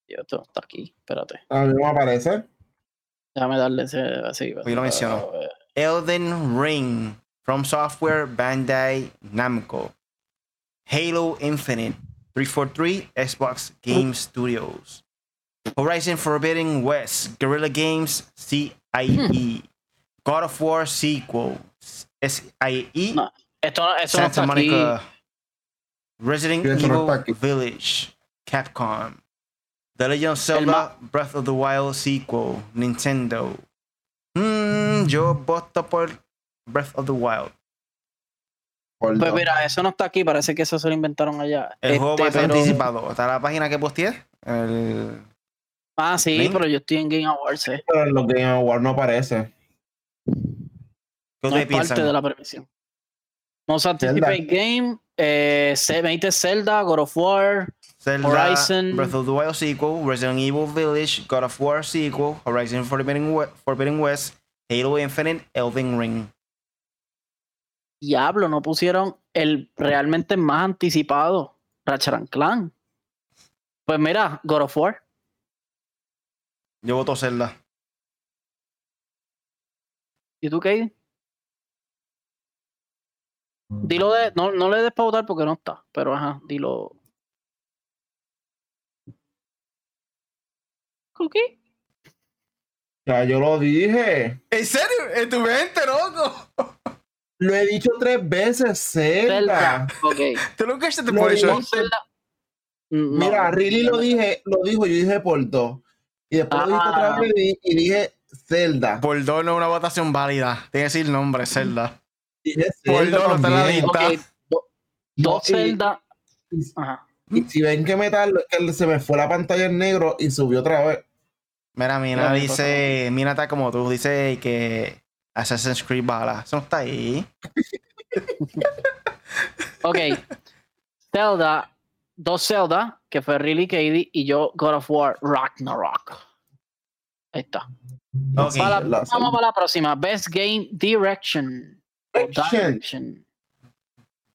Speaker 2: Yo, esto está aquí. Espérate.
Speaker 3: A mí no me aparece.
Speaker 2: Déjame darle ese. Así,
Speaker 1: Pues Yo lo menciono. Elden Ring, From Software, Bandai Namco. Halo Infinite, 343, Xbox Game Studios. Horizon Forbidden West, Guerrilla Games, CIE. God of War Sequel, SIE.
Speaker 2: No, Esto, eso no
Speaker 1: Santa
Speaker 2: está aquí.
Speaker 1: Monica. Resident
Speaker 3: Yes,
Speaker 1: Evil
Speaker 3: right back.
Speaker 1: Village. Capcom. The Legend of
Speaker 2: ma-
Speaker 1: Zelda Breath of the Wild sequel. Nintendo. Mm, yo voto por Breath of the Wild.
Speaker 3: Por
Speaker 2: Pues
Speaker 3: Dios.
Speaker 2: mira, eso no está aquí. Parece que eso se lo inventaron allá.
Speaker 1: El juego
Speaker 2: Este,
Speaker 1: más
Speaker 2: pero-
Speaker 1: anticipado. Está la página que posteé. El...
Speaker 2: Ah, sí,
Speaker 1: Link.
Speaker 2: pero yo estoy en Game Awards. eh.
Speaker 3: Pero en los Game Awards no aparece.
Speaker 1: ¿Qué
Speaker 2: No
Speaker 1: ustedes
Speaker 2: es
Speaker 1: piensan?
Speaker 2: parte de la premisión. Most Anticipated Game. Eh, se- me dice Zelda, God of War.
Speaker 1: Zelda,
Speaker 2: Horizon-
Speaker 1: Breath of the Wild sequel, Resident Evil Village, God of War sequel, Horizon Forbidden, We- Forbidden West, Halo Infinite, Elden Ring.
Speaker 2: Diablo, no pusieron el realmente más anticipado, Ratchet and Clank. Pues mira, God of War.
Speaker 1: Yo voto Zelda.
Speaker 2: ¿Y tú qué? Dilo de. No, no le des para votar porque no está, pero ajá, dilo. ¿Cookie?
Speaker 3: Ya yo lo dije.
Speaker 1: ¿En serio? ¿En tu mente, loco?
Speaker 3: Lo he dicho tres veces, Zelda.
Speaker 2: Zelda. Ok.
Speaker 1: ¿Tú lo cachaste
Speaker 3: Lo
Speaker 1: por
Speaker 3: digo.
Speaker 1: eso?
Speaker 2: No, Zelda. Mm, no,
Speaker 3: Mira, Riley lo
Speaker 2: no.
Speaker 3: dije, lo dijo, yo dije por dos. Y después lo dije otra
Speaker 2: Ah.
Speaker 3: vez y, y dije Zelda.
Speaker 1: Por dos no es una votación válida. Tiene que decir nombre, Zelda.
Speaker 3: Dije
Speaker 1: por dos no está la
Speaker 3: también.
Speaker 1: lista.
Speaker 2: Ok, do- dos
Speaker 3: No, y-
Speaker 2: Zelda. Ajá.
Speaker 3: Y si ven que me tal, se me fue la pantalla en negro y subió otra vez.
Speaker 1: Mira, Mina
Speaker 2: Mira, mi
Speaker 1: dice. Mina está como tú. Dice que Assassin's Creed Bala. Eso no está ahí.
Speaker 2: Ok. Zelda, dos Zelda, que fue Riley Cady y yo God of War Ragnarok. Ahí está.
Speaker 1: Ok.
Speaker 2: Para-
Speaker 3: la-
Speaker 2: vamos para la próxima. Best Game Direction. O Direction.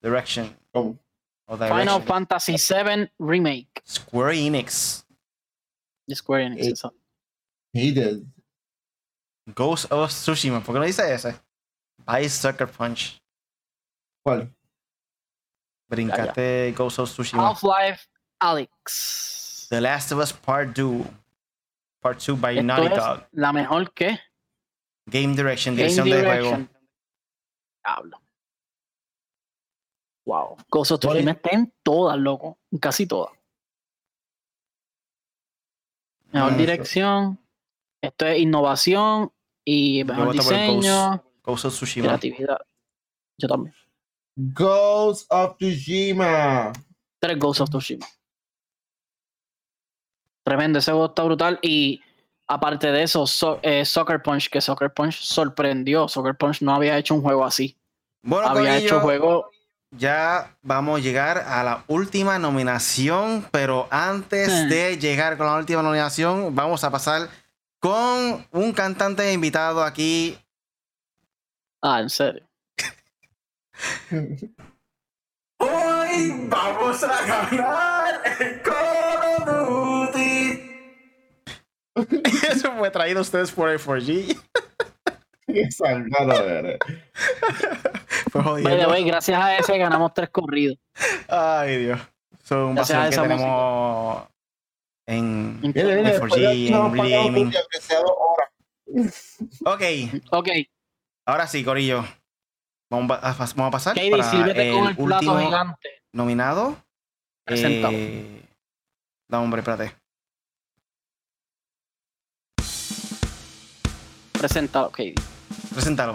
Speaker 1: Direction.
Speaker 3: ¿Cómo?
Speaker 1: O
Speaker 2: Final
Speaker 1: direction.
Speaker 2: Fantasy VII Remake.
Speaker 1: Square Enix.
Speaker 2: de Square Enix.
Speaker 3: Eh.
Speaker 2: eso.
Speaker 3: Hated.
Speaker 1: Ghost of Tsushima. ¿Por qué no dice ese? Ice Sucker Punch.
Speaker 3: ¿Cuál?
Speaker 1: Brincate Ghost of Tsushima.
Speaker 2: Ah. Half-Life Alex.
Speaker 1: The Last of Us Part 2. Part 2 by
Speaker 2: Esto
Speaker 1: Naughty
Speaker 2: es
Speaker 1: Dog.
Speaker 2: la mejor que
Speaker 1: Game Direction.
Speaker 2: Game
Speaker 1: Dirección de juego.
Speaker 2: Direction. Diablo. Wow. Ghost of
Speaker 3: ¿Cuál es?
Speaker 2: Tsushima está en todas, loco. En Casi todas. Mejor
Speaker 1: Mm.
Speaker 2: dirección. Esto es innovación y mejor
Speaker 1: voto por el
Speaker 2: diseño,
Speaker 1: Ghost of Tsushima.
Speaker 2: creatividad. Yo también.
Speaker 3: Ghost of Tsushima. [LAUGHS]
Speaker 2: Tres Ghosts of Tsushima. Tremendo, ese juego está brutal. Y aparte de eso, So- eh, Soccer Punch, que Soccer Punch sorprendió. Soccer Punch no había hecho un juego así.
Speaker 1: Bueno,
Speaker 2: había
Speaker 1: Corillo,
Speaker 2: hecho juego.
Speaker 1: ya vamos a llegar a la última nominación, pero antes
Speaker 2: Hmm.
Speaker 1: de llegar con la última nominación, vamos a pasar con un cantante invitado aquí.
Speaker 2: Ah, en serio.
Speaker 1: Hoy vamos a ganar el Call of Duty. [LAUGHS] Eso fue traído a ustedes por el 4G.
Speaker 3: Qué salgado eres.
Speaker 1: Fue
Speaker 2: By the
Speaker 1: jodiendo.
Speaker 2: way, gracias a ese ganamos tres corridos.
Speaker 1: Ay, Dios. Son un
Speaker 2: Gracias a
Speaker 1: vacío que
Speaker 2: esa música.
Speaker 1: tenemos en,
Speaker 3: Mire, mire,
Speaker 1: en
Speaker 3: después de
Speaker 1: 4G,
Speaker 3: que nos
Speaker 1: en Real
Speaker 3: pagamos
Speaker 1: Gaming.
Speaker 3: porque sea dos horas.
Speaker 1: Ok,
Speaker 2: Ok,
Speaker 1: Ahora sí, Corillo. Vamos va- a, pas- vamos a pasar
Speaker 2: Katie,
Speaker 1: para
Speaker 2: sírvete
Speaker 1: el,
Speaker 2: con el plato
Speaker 1: último
Speaker 2: gigante.
Speaker 1: nominado.
Speaker 2: Presentado.
Speaker 1: Eh, no, hombre, espérate.
Speaker 2: Presentado, Katie.
Speaker 1: Preséntalo.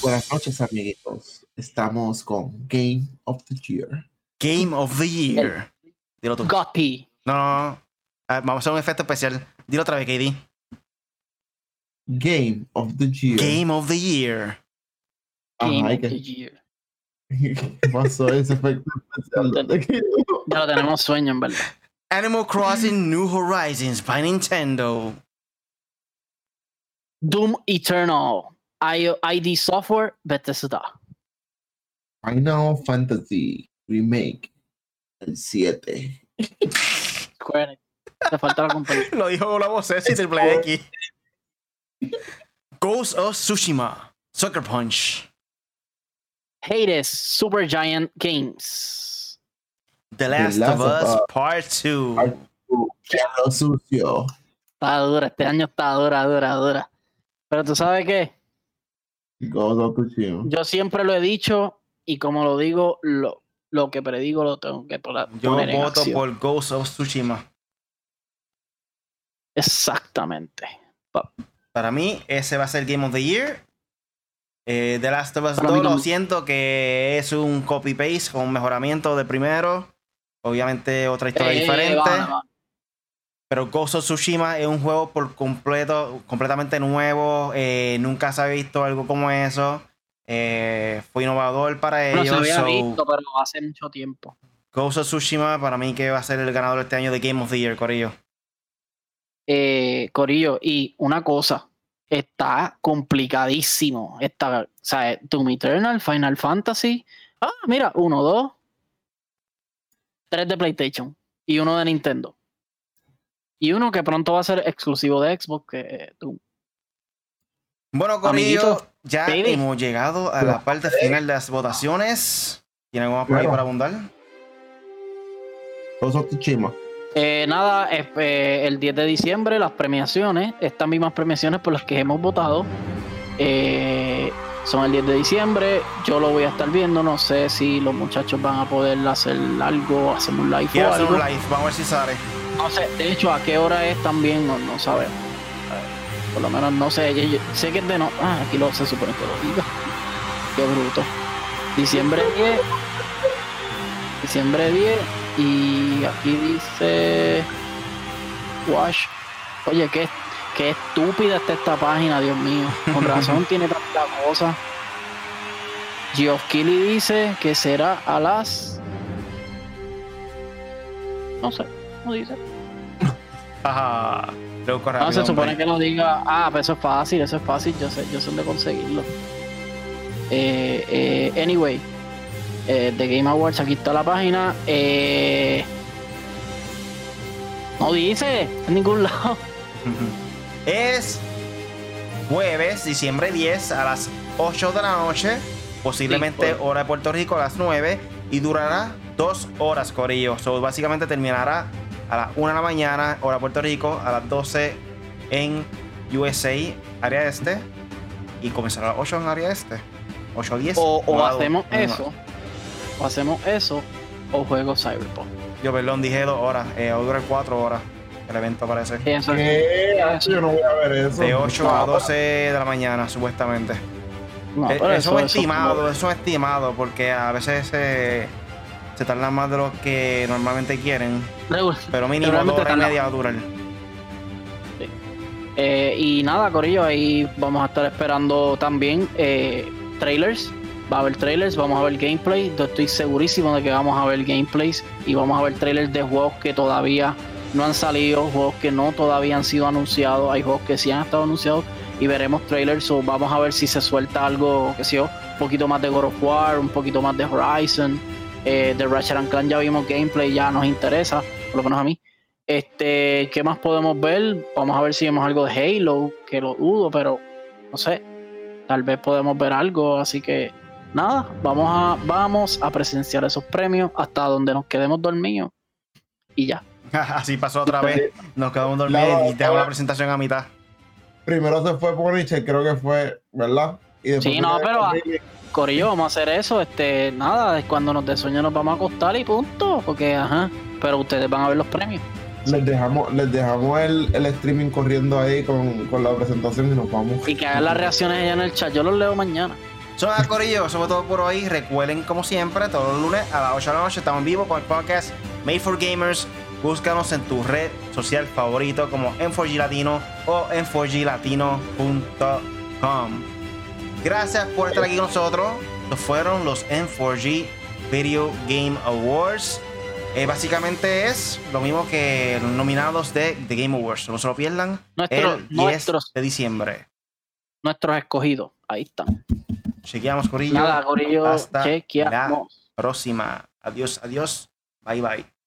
Speaker 3: Buenas noches, amiguitos. Estamos con Game of the Year.
Speaker 1: Game of the Year. Dilo tú.
Speaker 2: Gotti.
Speaker 1: No, no, no. A ver, vamos a hacer un efecto especial. Dilo otra vez, KD.
Speaker 3: Game of the Year.
Speaker 1: Game of the Year.
Speaker 2: Game
Speaker 3: Ajá,
Speaker 2: of
Speaker 3: ¿y
Speaker 2: the
Speaker 3: ¿qué,
Speaker 2: Year.
Speaker 3: [LAUGHS] qué pasó ese efecto especial?
Speaker 2: Ya lo tenemos sueño, en verdad.
Speaker 1: Animal Crossing New Horizons by Nintendo.
Speaker 2: Doom Eternal. I- ID Software, Bethesda.
Speaker 3: Final Fantasy Remake. El 7.
Speaker 2: Square Enix. Te falta la compañía.
Speaker 1: [LAUGHS] Lo dijo la voz sexy triple X. Ghost of Tsushima. Sucker Punch.
Speaker 2: Hades, Super Giant Games.
Speaker 1: The Last, of, Us, Part 2.
Speaker 3: Part- Diablo sucio.
Speaker 2: Está dura, este año está dura, dura, dura. Pero tú sabes qué,
Speaker 3: Ghost of Tsushima.
Speaker 2: yo siempre lo he dicho y como lo digo, lo, lo que predigo lo tengo que pola-
Speaker 1: Yo
Speaker 2: poner en
Speaker 1: voto
Speaker 2: acción.
Speaker 1: por Ghost of Tsushima.
Speaker 2: Exactamente.
Speaker 1: Para mí, ese va a ser Game of the Year. Eh, The Last of Us
Speaker 2: Para mí
Speaker 1: 2, lo
Speaker 2: también.
Speaker 1: siento que es un copy-paste con un mejoramiento de primero. Obviamente, otra historia
Speaker 2: Eh,
Speaker 1: diferente.
Speaker 2: va, va.
Speaker 1: Pero Ghost of Tsushima es un juego por completo, completamente nuevo. eh, nunca se había visto algo como eso. Eh, fue innovador para
Speaker 2: No se
Speaker 1: ellos.
Speaker 2: había
Speaker 1: so,
Speaker 2: visto, pero hace mucho tiempo.
Speaker 1: Ghost of Tsushima para mí que va a ser el ganador este año de Game of the Year, Corillo.
Speaker 2: Eh, Corillo, y una cosa, está complicadísimo. Está, o sea, Doom Eternal, Final Fantasy. Ah, mira, uno, dos, tres de PlayStation y uno de Nintendo. Y uno que pronto va a ser exclusivo de Xbox, que eh, Doom.
Speaker 1: Bueno, Corillo,
Speaker 2: Amiguitos,
Speaker 1: ya
Speaker 2: baby.
Speaker 1: hemos llegado a la parte final de las votaciones. ¿Tienen algo más por ahí
Speaker 3: Claro.
Speaker 1: para abundar?
Speaker 3: Ghost of Tsushima.
Speaker 2: Eh, nada, es- eh, el 10 de diciembre las premiaciones, estas mismas premiaciones por las que hemos votado, eh, son el 10 de diciembre. Yo lo voy a estar viendo, no sé si los muchachos van a poder hacer algo, hacemos un live
Speaker 1: Quiero
Speaker 2: o
Speaker 1: hacer
Speaker 2: algo.
Speaker 1: un live, vamos a ver si sale.
Speaker 2: No sé, de hecho, a qué hora es también, no, no sabemos. Eh, Por lo menos no sé, yo- yo sé que es de no. Ah, aquí lo se supone que lo diga. Qué bruto. Diciembre 10. Diciembre 10. Y aquí dice. Wash. Oye, qué, qué estúpida está esta página, Dios mío. Con razón tiene tanta cosa. Geoffkilly dice que será a las. No sé, no dice.
Speaker 1: Ajá. Luego corre
Speaker 2: No, Ah, se
Speaker 1: rápido,
Speaker 2: supone
Speaker 1: hombre.
Speaker 2: que lo diga. Ah, pero eso es fácil, eso es fácil. Yo sé, yo sé dónde conseguirlo. Eh, eh, anyway, eh, The Game Awards, aquí está la página. Eh, no dice en ningún lado.
Speaker 1: Es jueves, diciembre 10 a las 8 de la noche, posiblemente
Speaker 2: Sí,
Speaker 1: hora de Puerto Rico a las 9 y durará dos horas, Corillo. So, básicamente terminará a las 1 de la mañana, hora de Puerto Rico, a las 12 en USA, área este, y comenzará a las 8 en área este. 8 10.
Speaker 2: O, o
Speaker 1: Dorado.
Speaker 2: hacemos
Speaker 1: No, no, no.
Speaker 2: eso, o hacemos eso, o juego Cyberpunk.
Speaker 1: Yo, perdón, dije 2 horas, eh, o dura 4 horas el evento parece.
Speaker 2: Eso es-
Speaker 3: ¿Qué? Ah,
Speaker 1: eh,
Speaker 3: Yo no voy a ver eso.
Speaker 1: De 8 a 12 de la mañana, supuestamente.
Speaker 2: no,
Speaker 1: Eh,
Speaker 2: pero
Speaker 1: eso,
Speaker 2: eso-
Speaker 1: es
Speaker 2: eso-
Speaker 1: estimado, eso es estimado, porque a veces se, se tardan más de lo que normalmente quieren, pero mínimo dos
Speaker 2: Normalmente
Speaker 1: horas y
Speaker 2: tarda-
Speaker 1: media va a durar. [LAUGHS]
Speaker 2: Eh, y nada, Corillo, ahí vamos a estar esperando también eh, trailers. Va a haber trailers, vamos a ver gameplay. Yo estoy segurísimo de que vamos a ver gameplays y vamos a ver trailers de juegos que todavía no han salido, juegos que no todavía han sido anunciados. Hay juegos que sí han estado anunciados y veremos trailers. O vamos a ver si se suelta algo, que sé yo, un poquito más de God of War, un poquito más de Horizon. Eh, de Ratchet and Clank ya vimos gameplay, ya nos interesa, por lo menos a mí. Este, ¿qué más podemos ver? Vamos a ver si vemos algo de Halo, que lo dudo, pero no sé. Tal vez podemos ver algo, así que nada, vamos a, vamos a presenciar esos premios hasta donde nos quedemos dormidos. Y ya.
Speaker 1: Así pasó otra vez, nos quedamos dormidos
Speaker 3: La-
Speaker 1: y te hago la
Speaker 3: la-
Speaker 1: presentación a mitad.
Speaker 3: Primero se fue Poniche, creo que fue, ¿verdad? Y después
Speaker 2: Sí, no,
Speaker 3: fue-
Speaker 2: pero- Corillo, vamos a hacer eso, este, nada, es cuando nos dé sueño nos vamos a acostar y punto, porque ajá, pero ustedes van a ver los premios.
Speaker 3: Les dejamos, les dejamos el, el streaming corriendo ahí con, con la presentación y nos vamos.
Speaker 2: Y que hagan las reacciones allá en el chat, yo los leo mañana.
Speaker 1: So, nada, Corillo, sobre todo por hoy. Recuerden, como siempre, todos los lunes a las 8 de la noche estamos en vivo con el podcast Made for Gamers. Búscanos en tu red social favorito como M4G Latino o M4GLatino.com. Gracias por estar aquí con nosotros. Estos fueron los M4G Video Game Awards. Eh, básicamente es lo mismo que los nominados de The Game Awards. No se lo pierdan.
Speaker 2: Nuestro-
Speaker 1: el 10
Speaker 2: nuestros.
Speaker 1: de diciembre.
Speaker 2: Nuestros escogidos. Ahí están.
Speaker 1: Chequeamos, Corillo.
Speaker 2: Nada, Corillo,
Speaker 1: hasta
Speaker 2: chequeamos.
Speaker 1: Próxima. Adiós, adiós. Bye, bye.